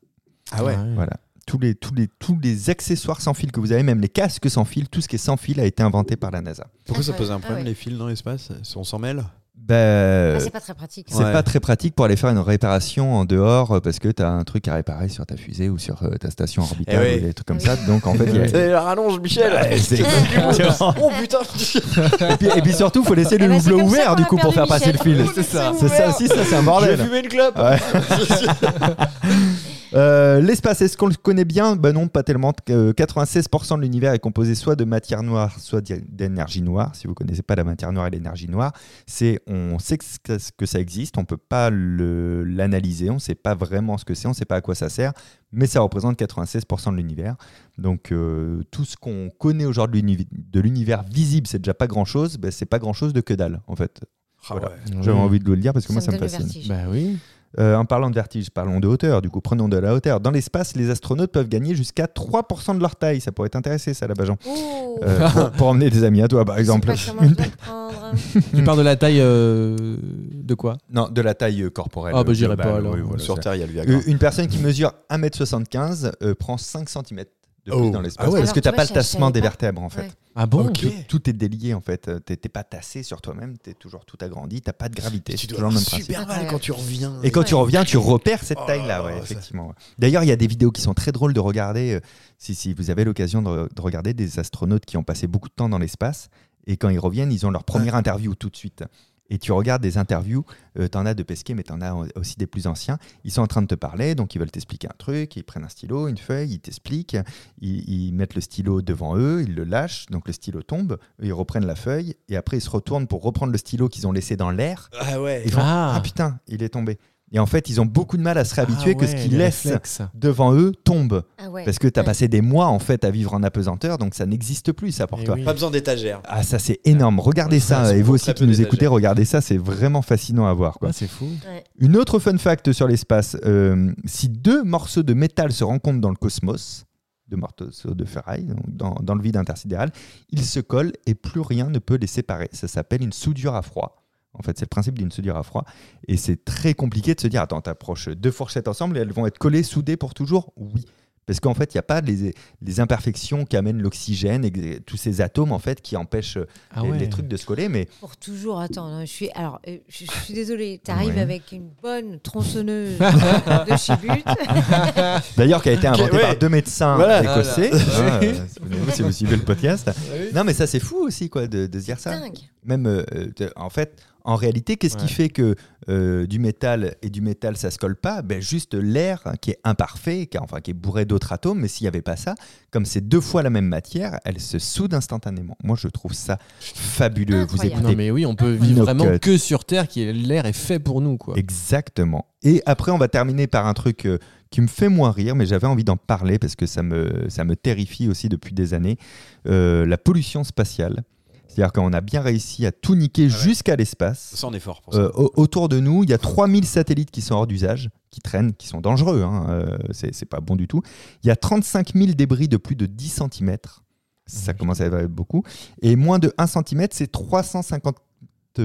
S5: Ah ouais.
S2: Voilà. Tous les, tous, les, tous les accessoires sans fil que vous avez, même les casques sans fil, tout ce qui est sans fil a été inventé par la NASA.
S5: Pourquoi ça
S3: Incroyable.
S5: pose un problème,
S3: Ah ouais.
S5: les fils dans l'espace Si on s'en mêle
S2: Ben,
S3: Ah, c'est pas très pratique.
S2: c'est
S5: Ouais.
S2: pas très pratique pour aller faire une réparation en dehors euh, parce que t'as un truc à réparer sur ta fusée ou sur euh, ta station orbitale
S5: Eh oui.
S2: ou des trucs comme ça. Donc en fait, il y a-
S5: C'est la rallonge, Michel.
S2: c'est
S5: Exactement. Oh putain.
S2: et, puis, et puis surtout, faut laisser
S3: Eh
S2: le
S3: ben, c'est
S2: houblon
S3: comme ça
S2: ouvert
S3: qu'on
S2: du
S3: a
S2: coup pour
S3: perdu
S2: faire passer le
S3: Michel.
S2: fil.
S5: C'est ça.
S2: C'est ça aussi, ça c'est un
S5: Je vais
S2: bordel.
S5: fumer une clope.
S2: Ouais. Euh, L'espace, est-ce qu'on le connaît bien Ben non, pas tellement. Euh, 96% de l'univers est composé soit de matière noire, soit d'y- d'énergie noire. Si vous connaissez pas la matière noire et l'énergie noire, c'est on sait que ce que ça existe, on peut pas le- l'analyser, on sait pas vraiment ce que c'est, on sait pas à quoi ça sert, mais ça représente 96% de l'univers. Donc euh, tout ce qu'on connaît aujourd'hui de l'uni- de l'univers visible, c'est déjà pas grand-chose. Ben, c'est pas grand-chose de que dalle en fait.
S5: Ah
S2: Voilà.
S5: ouais.
S2: J'avais envie de vous le dire parce que moi ça me
S3: donne le
S2: fascine.
S3: vertige.
S4: Bah oui.
S2: Euh, en parlant de vertige, parlons de hauteur. Du coup, prenons de la hauteur. Dans l'espace, les astronautes peuvent gagner jusqu'à 3% de leur taille. Ça pourrait t'intéresser, ça, la Bajan.
S3: Ouh, je sais
S2: Euh, pour, pour emmener des amis à toi, par
S3: pas
S2: exemple.
S3: comment je dois le prendre.
S4: Tu parles de la taille euh, de quoi
S2: Non, de la taille euh, corporelle.
S4: Ah, bah,
S2: euh,
S4: j'irai
S2: globale,
S4: pas, alors.
S2: oui, voilà,
S5: Sur
S2: ça.
S5: Terre, il y a le Viagra.
S2: Euh, Une personne qui mesure 1m75 euh, prend 5 cm de plus
S5: Oh.
S2: dans l'espace.
S5: Ah ouais.
S2: Parce que t'as
S3: Alors, tu
S2: pas
S3: vois,
S2: le
S3: je- je
S2: tassement
S3: savais
S2: des
S3: pas.
S2: vertèbres, en fait.
S3: Ouais.
S4: Ah bon
S5: Ok.
S2: Tout- Tout est délié, en fait. Euh, T'es t'es pas tassé sur toi-même. T'es toujours tout agrandi. T'as pas de gravité.
S5: Tu
S2: C'est
S5: dois
S2: toujours le
S5: avoir
S2: même principe.
S5: super mal quand tu reviens.
S2: Et quand tu
S3: Ouais.
S2: reviens, tu repères cette
S5: Oh
S2: taille-là, ouais,
S5: là là, ça-
S2: effectivement. ouais. D'ailleurs, il y a des vidéos qui sont très drôles de regarder. euh, si, si vous avez l'occasion de, de regarder des astronautes qui ont passé beaucoup de temps dans l'espace, et quand ils reviennent, ils ont leur première interview tout de suite. Et tu regardes des interviews, euh, t'en as de Pesquet, mais t'en as au- aussi des plus anciens. Ils sont en train de te parler, donc ils veulent t'expliquer un truc, ils prennent un stylo, une feuille, ils t'expliquent, ils, ils mettent le stylo devant eux, ils le lâchent, donc le stylo tombe, ils reprennent la feuille, et après ils se retournent pour reprendre le stylo qu'ils ont laissé dans l'air,
S5: Ah ouais.
S2: ils font,
S4: Ah.
S2: ah. putain, il est tombé. Et en fait, ils ont beaucoup de mal à se réhabituer
S4: Ah
S2: que ce qu'ils laissent
S4: laisse.
S2: devant eux tombe.
S3: Ah ouais.
S2: Parce que tu as
S3: Ouais.
S2: passé des mois en fait à vivre en apesanteur, donc ça n'existe plus ça pour
S4: Eh
S2: toi.
S4: oui.
S5: Pas besoin d'étagère.
S2: Ah ça c'est énorme, regardez ça,
S5: c'est
S2: et vous
S5: pour
S2: aussi
S5: très
S2: qui
S5: peu
S2: nous
S5: d'étagères.
S2: écoutez, regardez ça, c'est vraiment fascinant à voir. Quoi.
S4: Ah, c'est fou.
S2: Une autre fun fact sur l'espace, euh, si deux morceaux de métal se rencontrent dans le cosmos, deux morceaux de ferraille, donc dans, dans le vide intersidéral, ils se collent et plus rien ne peut les séparer. Ça s'appelle une soudure à froid. En fait, c'est le principe d'une soudure à froid. Et c'est très compliqué de se dire, attends, t'approches deux fourchettes ensemble et elles vont être collées, soudées pour toujours Oui. Parce qu'en fait, il n'y a pas les, les imperfections qu'amène l'oxygène et que- tous ces atomes en fait qui empêchent
S4: Ah
S2: les,
S4: ouais.
S2: les trucs de se coller. Mais
S3: Pour toujours, attends, non, je suis, alors, euh, je, je suis désolée, t'arrives
S2: Ouais.
S3: avec une bonne tronçonneuse de chez But.
S2: D'ailleurs, qui a été inventé
S5: ouais.
S2: par deux médecins
S5: Voilà.
S2: écossais.
S4: Voilà.
S2: Hein, euh, si vous- si vous suivez le podcast.
S3: Ah
S2: Non, mais ça, c'est fou aussi, quoi, de, de se dire ça.
S3: Dingue.
S2: Même, euh, de- en fait, en réalité, qu'est-ce qui
S4: Ouais.
S2: fait que euh, du métal et du métal, ça se colle pas ben, Juste l'air hein, qui est imparfait, qui, a- enfin, qui est bourré d'autres atomes, mais s'il n'y avait pas ça, comme c'est deux fois la même matière, elle se soude instantanément. Moi, je trouve ça fabuleux. Vous
S3: Incroyable.
S2: écoutez
S4: Ah Non mais oui, on peut
S2: No
S4: vivre vraiment
S2: cut.
S4: que sur Terre, qui est- l'air est fait pour nous quoi.
S2: Exactement. Et après, on va terminer par un truc euh, qui me fait moins rire, mais j'avais envie d'en parler parce que ça me, ça me terrifie aussi depuis des années. Euh, la pollution spatiale. C'est-à-dire qu'on a bien réussi à tout niquer jusqu'à l'espace.
S5: Sans effort pour ça.
S2: Euh, au- autour de nous, il y a 3000 satellites qui sont hors d'usage, qui traînent, qui sont dangereux. hein, euh, c'est c'est pas bon du tout. Il y a 35 000 débris de plus de 10 cm. Ça commence à être beaucoup. Et moins de 1 cm, c'est 350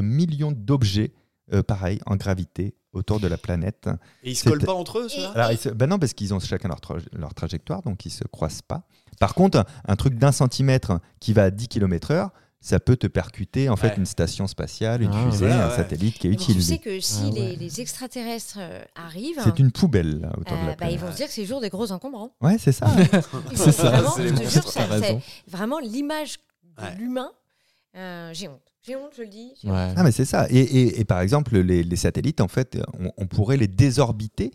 S2: millions d'objets, euh, pareil, en gravité autour de la planète.
S5: Et ils se
S2: c'est-
S5: collent pas entre eux, ceux-là
S2: Alors, ils se- ben non, parce qu'ils ont chacun leur, tra- leur trajectoire, donc ils se croisent pas. Par contre, un truc d'un centimètre qui va à 10 km/h, ça peut te percuter en fait
S5: Ouais.
S2: une station spatiale, une
S4: Ah,
S2: fusée,
S5: voilà,
S2: un
S5: ouais.
S2: satellite qui est
S3: Mais tu
S2: utilisé.
S3: sais que si
S4: Ah ouais.
S3: les, les extraterrestres euh, arrivent,
S2: C'est une poubelle là, autour de la
S3: euh, bah, ils
S2: planète.
S3: vont se dire que c'est le jour des gros encombrants.
S2: Ouais, c'est ça.
S3: C'est
S4: ça,
S3: Vraiment,
S5: c'est
S3: je
S5: les
S3: te
S5: monstres,
S3: jure,
S4: T'as
S3: ça-
S4: raison.
S3: c'est vraiment l'image de
S5: Ouais.
S3: l'humain. Euh, j'ai honte. J'ai honte, je le dis. j'ai honte.
S4: Ouais.
S2: Ah, mais c'est ça. Et, et- et par exemple, les, les satellites, en fait, on, on pourrait les désorbiter.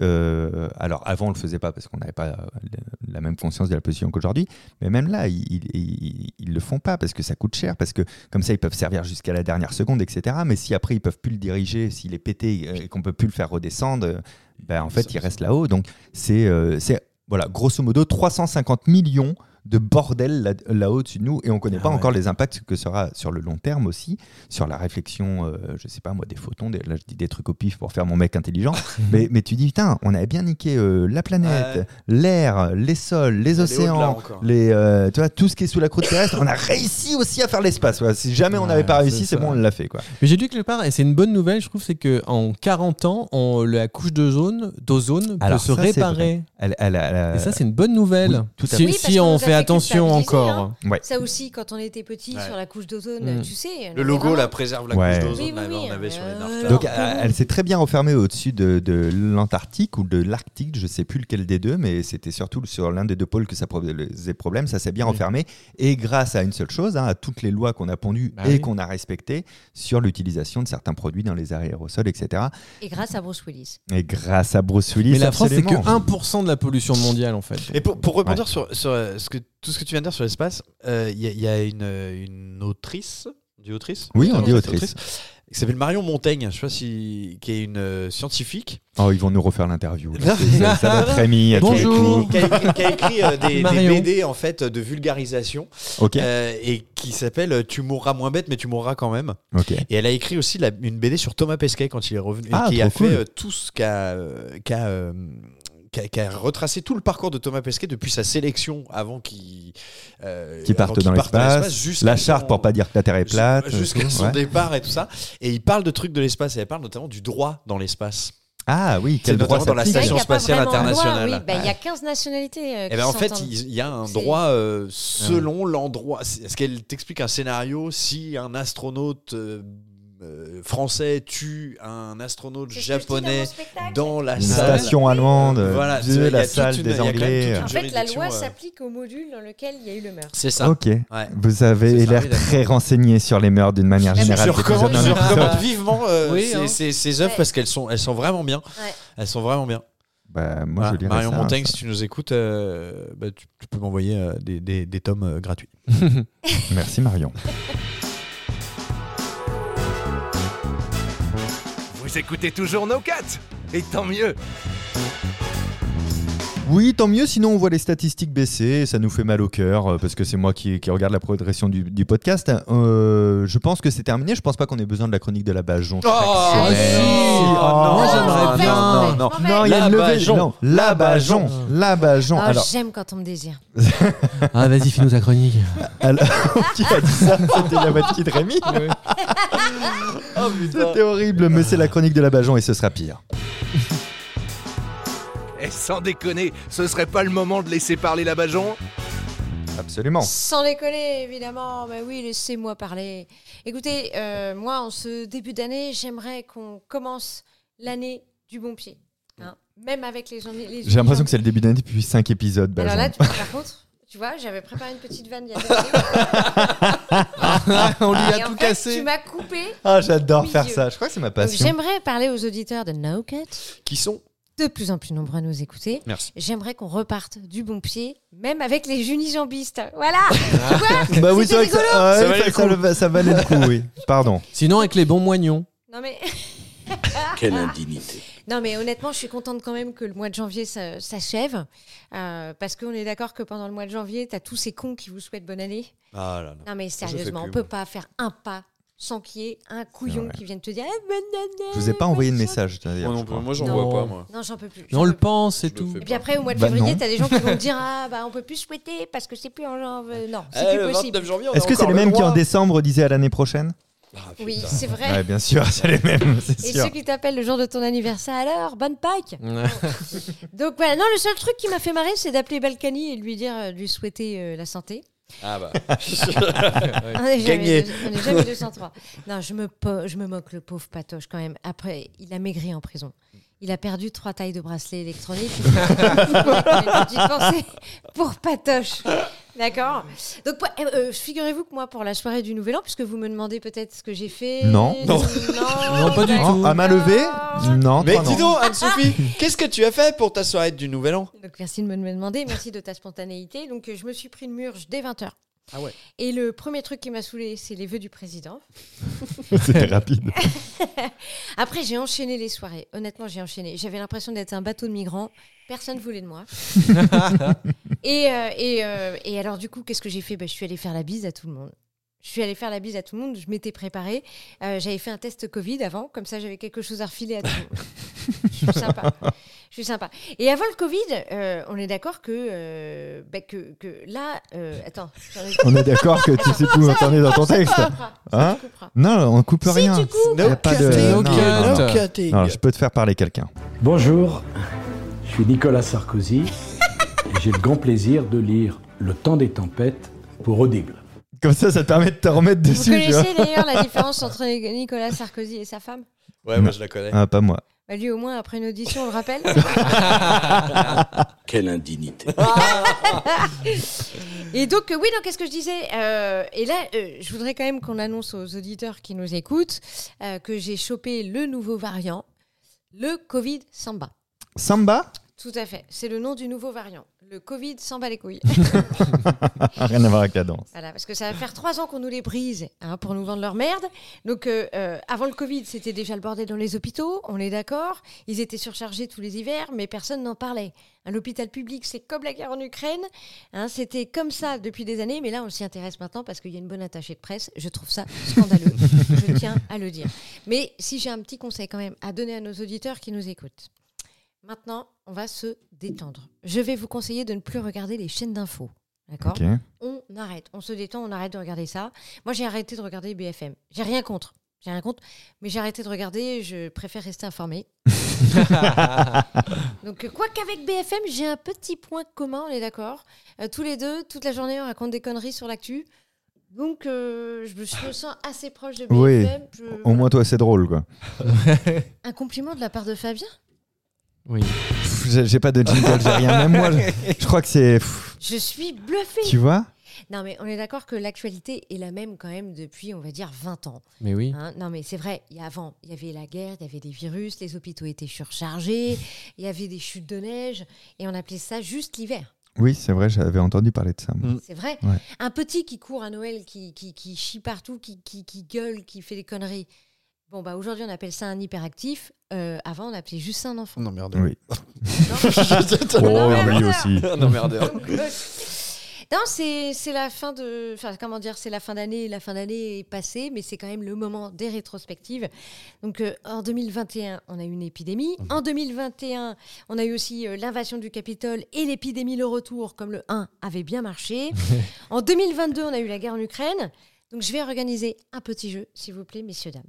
S2: Euh, alors avant, on le faisait pas parce qu'on n'avait pas euh, le- la même conscience de la position qu'aujourd'hui. Mais même là, ils, ils, ils- ils le font pas parce que ça coûte cher, parce que comme ça, ils peuvent servir jusqu'à la dernière seconde, etc. Mais si après, ils peuvent plus le diriger, s'il est pété euh, et qu'on peut plus le faire redescendre, euh, ben, en
S5: Ça-
S2: fait, il reste là-haut. Donc c'est euh, c'est- voilà, grosso modo, 350 millions de bordel là- là-haut dessus de nous et on connaît
S5: Ah
S2: pas
S5: ouais.
S2: encore les impacts que sera sur le long terme aussi sur la réflexion, euh, je sais pas moi, des photons. des- là, je dis des trucs au pif pour faire mon mec intelligent. mais, mais tu dis, putain, on avait bien niqué euh, la planète,
S5: Ouais.
S2: l'air, les sols, les
S5: Elle est au-delà
S2: océans,
S5: encore.
S2: les, euh, tu vois, tout ce qui est sous la croûte terrestre. on a réussi aussi à faire l'espace. voilà. Si jamais on
S4: Ouais,
S2: n'avait pas
S4: c'est
S2: réussi, c'est
S4: ça.
S2: bon, on l'a fait. Quoi.
S4: Mais j'ai lu quelque part, et c'est une bonne nouvelle, je trouve, c'est que en 40 ans, on, la couche d'ozone, d'ozone peut
S2: Alors,
S4: se
S2: ça, c'est
S4: réparer.
S2: Elle- elle- elle a-
S4: Et ça, c'est une bonne nouvelle.
S2: Oui, tout à
S4: si
S3: fait. Oui,
S4: si
S3: parce que
S4: on
S3: nous
S4: fait fait
S3: c'est
S4: attention
S3: culpabilisé,
S4: encore.
S3: hein.
S2: Ouais.
S3: Ça aussi, quand on était petit
S5: Ouais.
S3: sur la couche d'ozone,
S4: Mm.
S3: tu sais.
S5: Le logo là
S3: là.
S5: préserve la
S2: Ouais.
S5: couche d'ozone.
S3: Oui, oui,
S5: on avait-
S3: oui,
S5: on avait sur les
S3: euh,
S5: Dark Arts.
S2: Donc,
S3: Non,
S2: elle,
S3: pas
S2: elle s'est très bien refermée au-dessus de, de l'Antarctique ou de l'Arctique, je sais plus lequel des deux, mais c'était surtout sur l'un des deux pôles que ça posait problème. Ça s'est bien refermé et grâce à une seule chose, hein, à toutes les lois qu'on a pondues
S4: Bah
S2: et
S4: oui.
S2: qu'on a respectées sur l'utilisation de certains produits dans les aérosols, etc.
S3: Et grâce à Bruce Willis.
S2: Et grâce à Bruce Willis,
S4: Mais la France, c'est que
S2: absolument. Eh
S4: 1% de la pollution mondiale, en fait.
S5: Et pour, pour rebondir sur, sur, euh, ce que, tout ce que tu viens de dire sur l'espace, euh, il y a, il y a une, euh, une autrice, on dit autrice
S2: Oui, on dit
S5: Ah, c'est
S2: autrice.
S5: qui s'appelle Marion Montaigne, je sais pas si, qui est une euh, scientifique.
S2: Oh, ils vont nous refaire l'interview.
S5: Non.
S2: là. Ça ça va être émis à tous les
S4: Bonjour.
S5: Qui a écrit, qui a écrit, euh, des, des
S4: Marion.
S5: BD en fait de vulgarisation
S2: coups. Ok,
S5: euh, et qui s'appelle euh, Tu mourras moins bête mais tu mourras quand même.
S2: ok.
S5: Et elle a écrit aussi la- une BD sur Thomas Pesquet quand il est revenu,
S2: Ah,
S5: qui
S2: trop
S5: a fait
S2: cool.
S5: euh, tout ce qu'a euh, qu'a, euh, qu'a- qu'a retracé tout le parcours de Thomas Pesquet depuis sa sélection avant qu'il euh,
S2: Qui
S5: avant
S2: partent
S5: qu'il
S2: dans
S5: parte
S2: l'espace,
S5: jusqu'à
S2: la charte
S5: son-
S2: pour pas dire que la Terre est
S5: jus-
S2: plate. euh,
S5: jusqu'à
S2: tout,
S5: son
S2: ouais.
S5: départ et tout ça. Et il parle de trucs de l'espace et elle parle notamment du droit dans l'espace.
S2: Ah oui, quel
S5: notamment
S2: droit
S5: dans la
S2: s'applique.
S5: station
S3: C'est vrai qu'il y a
S5: spatiale
S3: pas vraiment de loi,
S5: internationale.
S3: oui. Bah, Il y a 15 nationalités. euh,
S5: Et
S3: qui
S5: ben en fait,
S3: s'entendent.
S5: il il y a un
S3: C'est-
S5: droit
S2: Ah
S5: euh, selon l'endroit. C'est- Est-ce qu'elle t'explique un scénario si un astronaute euh, euh, français tue un astronaute
S3: C'est ce que je dis
S5: japonais
S3: mon spectacle.
S5: dans la
S2: Une
S5: salle
S2: station allemande, euh,
S5: Voilà,
S2: de
S5: c'est- il y a
S2: la
S5: toute
S2: salle
S5: une- il y
S2: des
S5: a quand même
S2: Anglais.
S5: toute
S3: En fait, la
S5: juridiction,
S3: loi
S5: euh,
S3: s'applique au module dans lequel il y a eu le meurtre.
S5: C'est ça.
S2: euh. Ok.
S5: Ouais.
S2: Vous avez
S5: C'est ça,
S2: l'air
S5: oui, d'accord.
S2: très renseigné sur les mœurs d'une manière
S3: Je
S2: générale.
S5: Je
S2: C'est
S5: recommande,
S2: plus
S5: je
S2: un homme.
S5: recommande vivement euh,
S4: Oui,
S5: ces,
S4: hein.
S5: ces- ces œuvres
S3: Ouais.
S5: parce qu'elles sont, elles sont vraiment bien.
S3: Ouais.
S5: Elles sont vraiment bien.
S2: Bah, moi,
S5: Voilà.
S2: je lirais
S5: Marion
S2: ça,
S5: Montaigne,
S2: ça.
S5: si tu nous écoutes, euh, bah, tu, tu peux m'envoyer euh, des, des- des tomes euh, gratuits.
S2: Merci Marion.
S1: Vous écoutez toujours nos 4 Et tant mieux
S2: Oui, tant mieux, sinon on voit les statistiques baisser, et ça nous fait mal au cœur, euh, parce que c'est moi qui, qui regarde la progression du, du podcast. Euh, je pense que c'est terminé, je pense pas qu'on ait besoin de la chronique de la Bajon.
S3: Ah,
S5: Oh,
S2: si. Oh,
S5: non.
S4: Moi,
S2: non,
S4: Ah, j'aimerais
S2: non,
S4: bien.
S2: non, non.
S3: non.
S2: Non, il y a
S5: La
S2: une levée.
S5: Bajon.
S2: Non, la Bajon. La Bajon.
S3: Ah,
S2: Alors,
S3: J'aime quand on me désire.
S4: Ah, vas-y, finis ta chronique.
S2: alors tu as dit ça, c'était la moitié de Rémi.
S5: Oh,
S2: C'était horrible, mais c'est la chronique de la Bajon et ce sera pire.
S1: Et sans déconner, ce serait pas le moment de laisser parler la Bajon
S2: Absolument.
S3: Sans déconner, évidemment. Bah oui, laissez-moi parler. Écoutez, euh, moi, en ce début d'année, j'aimerais qu'on commence l'année du bon pied. hein. Même avec les journées. les
S2: J'ai l'impression que
S3: journées-
S2: c'est le début d'année depuis 5 épisodes.
S4: Ben,
S3: Alors
S2: Bajon.
S3: là, tu- par contre, tu vois, j'avais préparé une petite vanne il y a deux minutes.
S4: On lui
S3: Et
S4: a
S3: en
S4: tout
S3: fait,
S4: cassé.
S3: Tu m'as coupé.
S2: Ah, j'adore
S3: Oui,
S2: faire
S3: Dieu.
S2: ça. Je crois que c'est ma
S3: Donc,
S2: passion.
S3: J'aimerais parler aux auditeurs de No Cut,
S5: Qui sont
S3: de plus en plus nombreux à nous écouter.
S5: Merci.
S3: J'aimerais qu'on reparte du bon pied, même avec les unijambistes. Voilà Tu vois
S2: Bah oui, c'est
S3: C'était
S2: vrai que ça,
S3: rigolo.
S2: ah,
S5: Ça
S2: oui,
S5: valait le
S2: ça- ça le- ça valait le coup, oui. Pardon.
S4: Sinon, avec les bons moignons.
S3: Non mais,
S6: Quelle indignité.
S3: non mais honnêtement, je suis contente quand même que le mois de janvier ça- s'achève, euh, parce qu'on est d'accord que pendant le mois de janvier, t'as tous ces cons qui vous souhaitent bonne année.
S5: Ah là là.
S3: Non mais sérieusement,
S5: plus,
S3: on peut
S5: moi.
S3: pas faire un pas sans qu'il y ait un couillon
S2: vrai.
S3: qui vienne te dire Eh, bonne année
S2: Je vous ai pas envoyé de message. d'ailleurs, je
S5: Moi, non
S2: crois.
S5: plus, moi, j'en
S4: Non.
S5: vois pas, moi.
S3: Non, j'en peux plus.
S4: Mais on
S3: j'en
S4: le
S3: peux plus.
S4: pense, c'est
S5: Je le
S4: tout.
S5: fais
S3: Et puis après, au mois de
S2: Bah
S3: février,
S2: non.
S3: t'as des gens qui vont te dire Ah, bah on peut plus souhaiter parce que c'est plus en janvier. Non, c'est
S5: Eh,
S3: plus
S5: le
S3: possible.
S5: 29 janvier, on
S2: Est-ce
S5: a
S2: que c'est
S5: encore
S2: les
S5: le
S2: mêmes qui
S5: droit.
S2: en décembre disaient à l'année prochaine
S5: Ah, putain.
S3: Oui, c'est vrai.
S2: Ouais, bien sûr, c'est les mêmes, c'est
S3: Et
S2: sûr.
S3: ceux qui t'appellent le jour de ton anniversaire, alors, bonne Pâques
S4: Ouais.
S3: Donc voilà, non, le seul truc qui m'a fait marrer, c'est d'appeler Balkany et de lui dire, euh, de lui souhaiter euh, la santé.
S5: Ah bah.
S3: On est jamais
S5: Gagné.
S3: deux- on n'est jamais 203. Non, je me, po- je me moque, le pauvre Patoche, quand même. Après, il a maigri en prison. Il a perdu trois tailles de bracelets électroniques. Une petite pensée pour Patoche. D'accord Donc, pour- euh, euh, figurez-vous que moi, pour la soirée du Nouvel An, puisque vous me demandez peut-être ce que j'ai fait.
S2: Non.
S3: Non,
S4: Non, pas du
S3: d'accord.
S4: tout.
S2: Ah, À main levée
S3: Ah.
S2: Non,
S5: Mais
S2: toi, non.
S5: dis donc, Anne-Sophie, qu'est-ce que tu as fait pour ta soirée du Nouvel An
S3: Donc merci de me me demander, merci de ta spontanéité. Donc euh, je me suis pris le murge dès 20h.
S5: Ah ouais.
S3: Et le premier truc qui m'a saoulé, c'est les vœux du président.
S2: C'était rapide.
S3: Après, j'ai enchaîné les soirées. Honnêtement, j'ai enchaîné. J'avais l'impression d'être un bateau de migrants. Personne voulait de moi. et, euh, et, euh, et alors, du coup, qu'est-ce que j'ai fait Ben, Je suis allée faire la bise à tout le monde. Je suis allée faire la bise à tout le monde. Je m'étais préparée. Euh, j'avais fait un test Covid avant. Comme ça, j'avais quelque chose à refiler à tout le monde. Je suis sympa. Je suis sympa. Et avant le Covid, euh, on est d'accord que, euh, ben, que, que là. euh, attends. j'en ai-
S2: On est d'accord que tu sais plus où t'en es dans ton texte.
S3: Ça coupera, ça
S2: Hein
S3: coupera.
S2: Non, on coupe
S3: Si,
S2: rien.
S3: tu coupes.
S2: Y a pas de-
S5: cutting,
S2: non, non,
S4: non.
S5: cutting.
S2: Non, je peux te faire parler quelqu'un.
S6: Bonjour, je suis Nicolas Sarkozy.
S7: J'ai le grand plaisir de lire Le temps des tempêtes pour Audible.
S2: Comme ça, ça te permet de te remettre
S3: Vous
S2: dessus. tu vois.
S3: connaissez d'ailleurs la différence entre Nicolas Sarkozy et sa femme
S5: Ouais, moi je la connais.
S2: Ah, pas moi.
S3: Bah, Lui, au moins, après une audition, on le rappelle.
S6: Quelle indignité.
S3: Et donc, euh, oui, donc, qu'est-ce que je disais Euh, Et là, euh, je voudrais quand même qu'on annonce aux auditeurs qui nous écoutent euh, que j'ai chopé le nouveau variant, le Covid Samba.
S2: Samba
S3: Tout à fait, c'est le nom du nouveau variant. Le Covid Samba les couilles.
S2: Ah, Rien à voir avec la danse.
S3: Voilà, parce que ça va faire trois ans qu'on nous les brise hein, pour nous vendre leur merde. Donc, euh, euh, avant le Covid, c'était déjà le bordel dans les hôpitaux, on est d'accord. Ils étaient surchargés tous les hivers, mais personne n'en parlait. Hein, L'hôpital public, c'est comme la guerre en Ukraine. hein, c'était comme ça depuis des années, mais là, on s'y intéresse maintenant parce qu'il y a une bonne attachée de presse. Je trouve ça scandaleux. je tiens à le dire. Mais si j'ai un petit conseil quand même à donner à nos auditeurs qui nous écoutent. Maintenant, on va se détendre. Je vais vous conseiller de ne plus regarder les chaînes d'infos. D'accord
S2: Ok.
S3: on arrête, on se détend, on arrête de regarder ça. Moi, j'ai arrêté de regarder BFM. J'ai rien contre. J'ai rien contre, mais j'ai arrêté de regarder, je préfère rester informée. Donc, euh, quoi qu'avec BFM, j'ai un petit point commun, on est d'accord. Euh, tous les deux, toute la journée, on raconte des conneries sur l'actu. Donc, euh, je me je me sens assez proche de BFM.
S2: Oui.
S3: Je-
S2: Au moins, toi, c'est drôle, quoi.
S3: Un compliment de la part de Fabien
S4: Oui.
S2: Pff, J'ai j'ai pas de jingle, j'ai rien. Même moi, je, je crois que c'est. pff,
S3: Je suis bluffée.
S2: Tu vois
S3: Non, mais on est d'accord que l'actualité est la même quand même depuis, on va dire, 20 ans.
S4: Mais oui.
S3: Hein, non, mais c'est vrai, il y a avant, il y avait la guerre, il y avait des virus, les hôpitaux étaient surchargés, il y avait des chutes de neige, et on appelait ça juste l'hiver.
S2: Oui, c'est vrai, j'avais entendu parler de ça. moi.
S4: Mm.
S3: C'est vrai.
S2: Ouais.
S3: Un petit qui court à Noël, qui, qui, qui chie partout, qui, qui, qui gueule, qui fait des conneries. Bon, bah aujourd'hui, on appelle ça un hyperactif. Euh, avant, on appelait juste ça un enfant.
S5: Non, merde.
S2: Oui.
S3: Non, mais
S2: lui
S3: voilà.
S2: aussi.
S5: non, merde.
S3: Donc, euh, Non, c'est c'est la fin de. Enfin, comment dire, c'est la fin d'année. La fin d'année est passée, mais c'est quand même le moment des rétrospectives. Donc, euh, en 2021, on a eu une épidémie. En 2021, on a eu aussi euh, l'invasion du Capitole et l'épidémie, le retour, comme le 1 avait bien marché. en 2022, on a eu la guerre en Ukraine. Donc, je vais organiser un petit jeu, s'il vous plaît, messieurs, dames.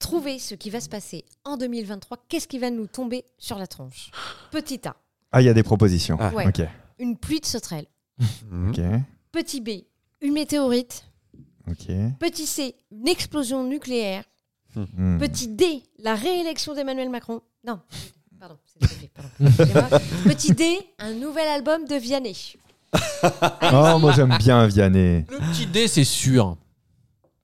S3: Trouvez ce qui va se passer en 2023. Qu'est-ce qui va nous tomber sur la tronche Petit A,
S2: Ah, il y a des propositions.
S5: Ah.
S3: Ouais.
S2: Ok.
S3: une pluie de sauterelles.
S2: Ok.
S3: Petit B, une météorite.
S2: Ok.
S3: Petit C, une explosion nucléaire.
S2: Mm.
S3: Petit D, la réélection d'Emmanuel Macron. Non, pardon, c'est le préfet, pardon. Excusez-moi. Petit D, un nouvel album de Vianney.
S2: Oh, moi, j'aime bien Vianney.
S4: Le petit dé, c'est sûr.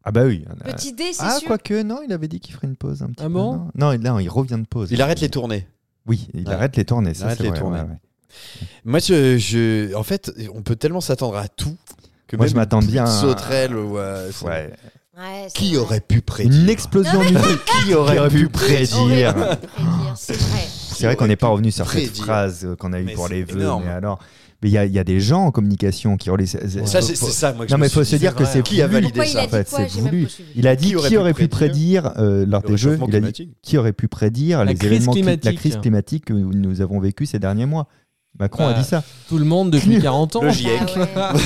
S2: Ah, bah oui.
S3: Petit D, c'est
S2: Ah,
S3: sûr.
S2: quoique, non, il avait dit qu'il ferait une pause un petit
S4: Ah
S2: peu.
S4: bon
S2: non Non, il- là, il revient de pause.
S5: Il arrête les tournées.
S2: Oui, il
S5: Ouais.
S2: arrête les tournées, ça,
S5: arrête
S2: c'est
S5: les
S2: vrai,
S5: tournées.
S2: ouais, ouais.
S5: Moi, je, je- en fait, on peut tellement s'attendre à tout que
S2: Moi,
S5: même
S2: je m'attends
S5: une
S2: bien à-
S5: sauterelle ou à- c'est-
S2: Ouais.
S3: Ouais, c'est
S5: Qui
S3: vrai.
S5: aurait pu
S2: Une
S5: prédire
S2: explosion nucléaire. Qui aurait pu prédire
S3: Aurait pu prédire, C'est vrai.
S2: C'est vrai qu'on n'est pas revenu sur cette
S5: prédire.
S2: phrase euh, qu'on a eue
S5: Mais
S2: pour
S5: c'est
S2: les vœux.
S5: énorme.
S2: Mais alors, mais il y, a- il y a des gens en communication qui ont les.
S5: Ça,
S2: faut-
S5: c'est
S2: faut-
S5: c'est ça, moi. que
S2: Non,
S5: je
S2: mais
S5: me
S2: il faut
S5: suis
S2: se
S5: dit,
S2: dire
S5: c'est
S2: que
S5: vrai.
S2: c'est
S5: Qui a
S2: voulu.
S5: validé
S3: Pourquoi il
S5: ça
S3: a
S2: en fait,
S3: dit quoi
S2: c'est
S3: J'ai même
S2: voulu.
S3: pas suivi.
S2: Il a dit qui aurait, pu prédire, euh, lors
S5: Le
S2: des jeux,
S5: réchauffement
S2: il a dit
S5: climatique.
S2: qui aurait pu prédire
S4: La
S2: les
S4: crise
S2: événements cli- la
S4: climatique.
S2: crise climatique que nous avons vécue ces derniers mois. Macron a
S4: Bah.
S2: dit ça.
S4: Tout le monde depuis 40 ans.
S5: Le GIEC.
S3: Ah, ouais.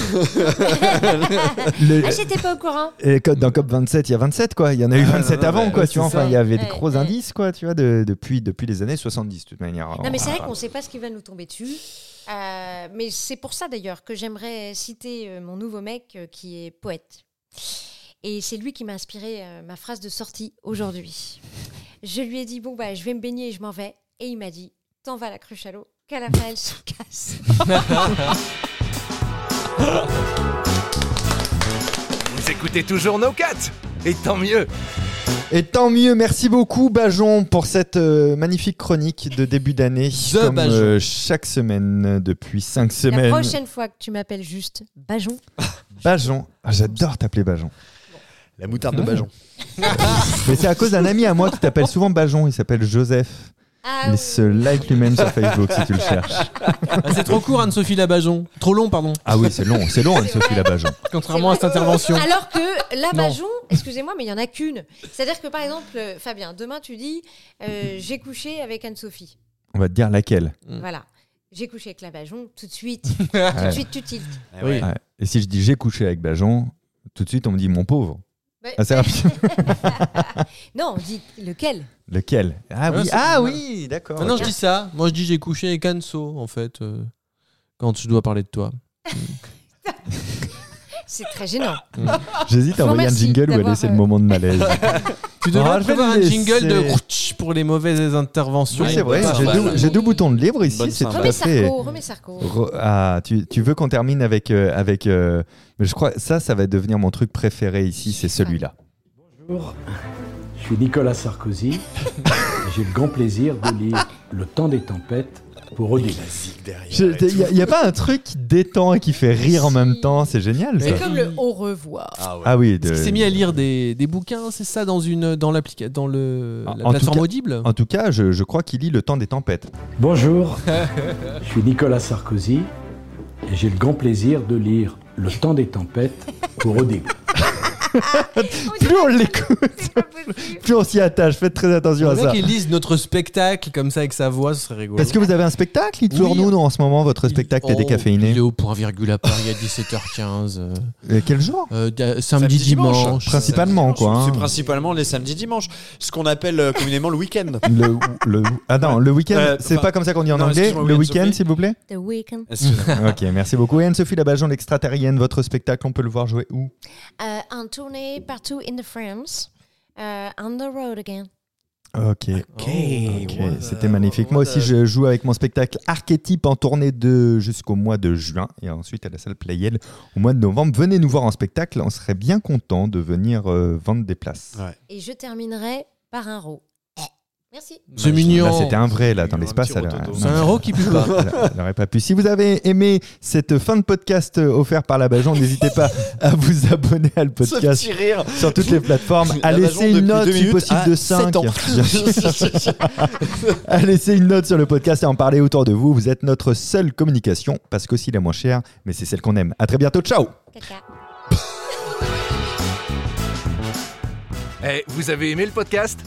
S2: Le-
S3: Ah, j'étais pas au courant.
S2: Et co- dans COP27, il y a 27, quoi. Il y en a eu
S5: Ah,
S2: 27
S5: non, non,
S2: avant,
S5: mais
S2: quoi.
S4: ouais,
S2: Tu vois,
S4: c'est ça.
S2: enfin, il y avait des
S3: Ouais,
S2: gros
S3: ouais.
S2: indices, quoi, tu vois, de- depuis, depuis les années 70, de toute manière.
S3: Non, mais c'est vrai qu'on ne sait pas ce qui va nous tomber dessus. Euh, mais c'est pour ça d'ailleurs que j'aimerais citer euh, mon nouveau mec euh, qui est poète. Et c'est lui qui m'a inspiré euh, ma phrase de sortie aujourd'hui. Je lui ai dit bon bah je vais me baigner et je m'en vais. Et il m'a dit t'en vas la cruche à l'eau qu'à la fin elle se casse.
S1: Vous écoutez toujours nos 4 Et tant mieux
S2: Et tant mieux, merci beaucoup Bajon pour cette euh, magnifique chronique de début d'année.
S4: The
S2: comme
S4: Bajon.
S2: euh, chaque semaine euh, depuis 5
S3: La
S2: semaines.
S3: prochaine fois que tu m'appelles juste Bajon,
S2: Bajon, Ah, j'adore t'appeler Bajon.
S5: La moutarde de
S2: Ah
S5: Bajon.
S2: Mais c'est à cause d'un ami à moi qui t'appelle souvent Bajon, il s'appelle Joseph.
S3: ah,
S2: Il
S3: oui.
S2: se like lui-même sur Facebook si tu le cherches.
S4: Ah, c'est trop court, Anne-Sophie Labajon. Trop long, pardon.
S2: Ah oui, c'est long, c'est long Anne-Sophie la Bajon.
S4: Contrairement à
S3: C'est
S4: cette
S3: vrai.
S4: intervention.
S3: alors que la
S4: Non.
S3: Bajon, excusez-moi mais il y en a qu'une. C'est-à-dire que par exemple euh, Fabien, demain tu dis euh, j'ai couché avec Anne-Sophie.
S2: On va te dire laquelle.
S3: Voilà. J'ai couché avec la Bajon tout de suite.
S2: Ah,
S3: tout de suite, tu tiltes.
S5: Ah ouais.
S4: Oui.
S2: Ouais. Et si je dis j'ai couché avec Bajon, tout de suite on me dit mon pauvre.
S3: Ouais.
S2: Ah, c'est rapide.
S3: Non, on dit lequel
S2: Lequel Ah
S4: Ouais,
S2: oui,
S4: c'est-
S2: ah oui, d'accord.
S4: Maintenant, je dis ça. Moi, je dis j'ai couché avec Anso, en fait. euh, Non, tu dois parler de toi.
S3: C'est très gênant.
S2: J'hésite à
S3: vous
S2: envoyer un
S3: remercie
S2: jingle ou à
S3: d'avoir,
S2: laisser
S3: euh,
S2: le moment de malaise.
S4: Tu devrais
S2: Ah, je vais
S4: prévoir un
S2: laisser-
S4: jingle de crouch pour les mauvaises interventions.
S2: Oui, c'est vrai,
S5: bonne
S2: j'ai
S5: symbole.
S2: deux, j'ai deux boutons de libre ici,
S5: Bonne
S2: Ah, bah, c'est tout
S5: symbole.
S3: Remets
S2: à fait.
S3: Sarko, remets Sarko.
S2: Re- ah, tu, tu veux qu'on termine avec. euh, avec euh, mais je crois ça, ça va devenir mon truc préféré ici, c'est celui-là.
S7: Bonjour, je suis Nicolas Sarkozy. et J'ai le grand plaisir de lire Le temps des tempêtes pour Odile.
S2: Il n'y a, pas un truc qui détend et qui fait rire en même temps, c'est génial ça.
S3: C'est comme le au revoir.
S2: Ah oui, de-
S4: Parce qu'il s'est mis à lire des, des bouquins, c'est ça, dans, une, dans, l'applica- dans le,
S2: En-
S4: la
S2: Ah, en tout
S4: plateforme
S2: cas-
S4: Audible
S2: en tout cas, je, je crois qu'il lit Le temps des tempêtes.
S7: Bonjour, je suis Nicolas Sarkozy. Et j'ai le grand plaisir de lire Le temps des tempêtes pour Odile.
S2: Plus on l'écoute,
S3: C'est pas possible.
S2: plus on s'y attache, faites très attention à
S4: Le mec,
S2: ça.
S4: ils lisent notre spectacle comme ça avec sa voix, ce serait rigolo.
S2: Parce que vous avez un spectacle, il
S4: Oui.
S2: tourne où, non, en ce moment, votre spectacle
S4: Oh,
S2: décaféiné
S4: Il est au point virgule à Paris à 17h15. euh,
S2: Euh, Quel genre
S4: euh, d- euh, samedi, dimanche.
S2: Principalement, quoi. hein.
S5: C'est principalement les samedis dimanches, ce qu'on appelle euh, communément le week-end.
S2: Le, le- ah non, le week-end,
S5: Euh,
S2: c'est
S5: enfin,
S2: pas comme ça qu'on dit en
S5: non,
S2: anglais.
S5: excuse-moi,
S2: Le
S5: William
S2: week-end,
S5: Sophie.
S2: s'il vous plaît.
S3: The Weeknd.
S5: Excusez-moi.
S2: ok, merci beaucoup. Et Anne-Sophie Labajon, l'extraterrienne, votre spectacle, on peut le voir jouer où
S3: Euh, en tournée partout in the France. Euh, on the road again.
S2: Ok.
S4: Oh, Ok,
S2: Ok, c'était magnifique. Moi aussi, je joue avec mon spectacle Archétype en tournée de jusqu'au mois de juin et ensuite à la salle Playel au mois de novembre. Venez nous voir en spectacle, on serait bien content de venir euh, vendre des
S5: Ah,
S2: places.
S3: Et je terminerai par un row. Eh, Merci.
S4: C'est mignon.
S2: Là, c'était un vrai, là,
S5: Mignon,
S2: dans
S5: un
S2: l'espace.
S5: petit
S2: elle a-
S5: rototo.
S2: non,
S4: C'est un héros qui pue pas.
S2: Elle a- elle n'aurait pas pu. Si vous avez aimé cette fin de podcast euh, offert par la Bajon, n'hésitez pas à vous abonner à le
S5: Ce
S2: podcast
S5: petit rire.
S2: sur toutes les plateformes, à
S5: La
S2: laisser
S5: Bajon,
S2: une
S5: depuis
S2: note
S5: deux
S2: si
S5: minutes,
S2: possible
S5: a
S2: de 5.
S5: sept ans.
S2: à laisser une note sur le podcast et en parler autour de vous. Vous êtes notre seule communication parce qu'aussi la moins chère, mais c'est celle qu'on aime. À très bientôt, ciao
S3: Caca.
S1: Eh, vous avez aimé le podcast Eh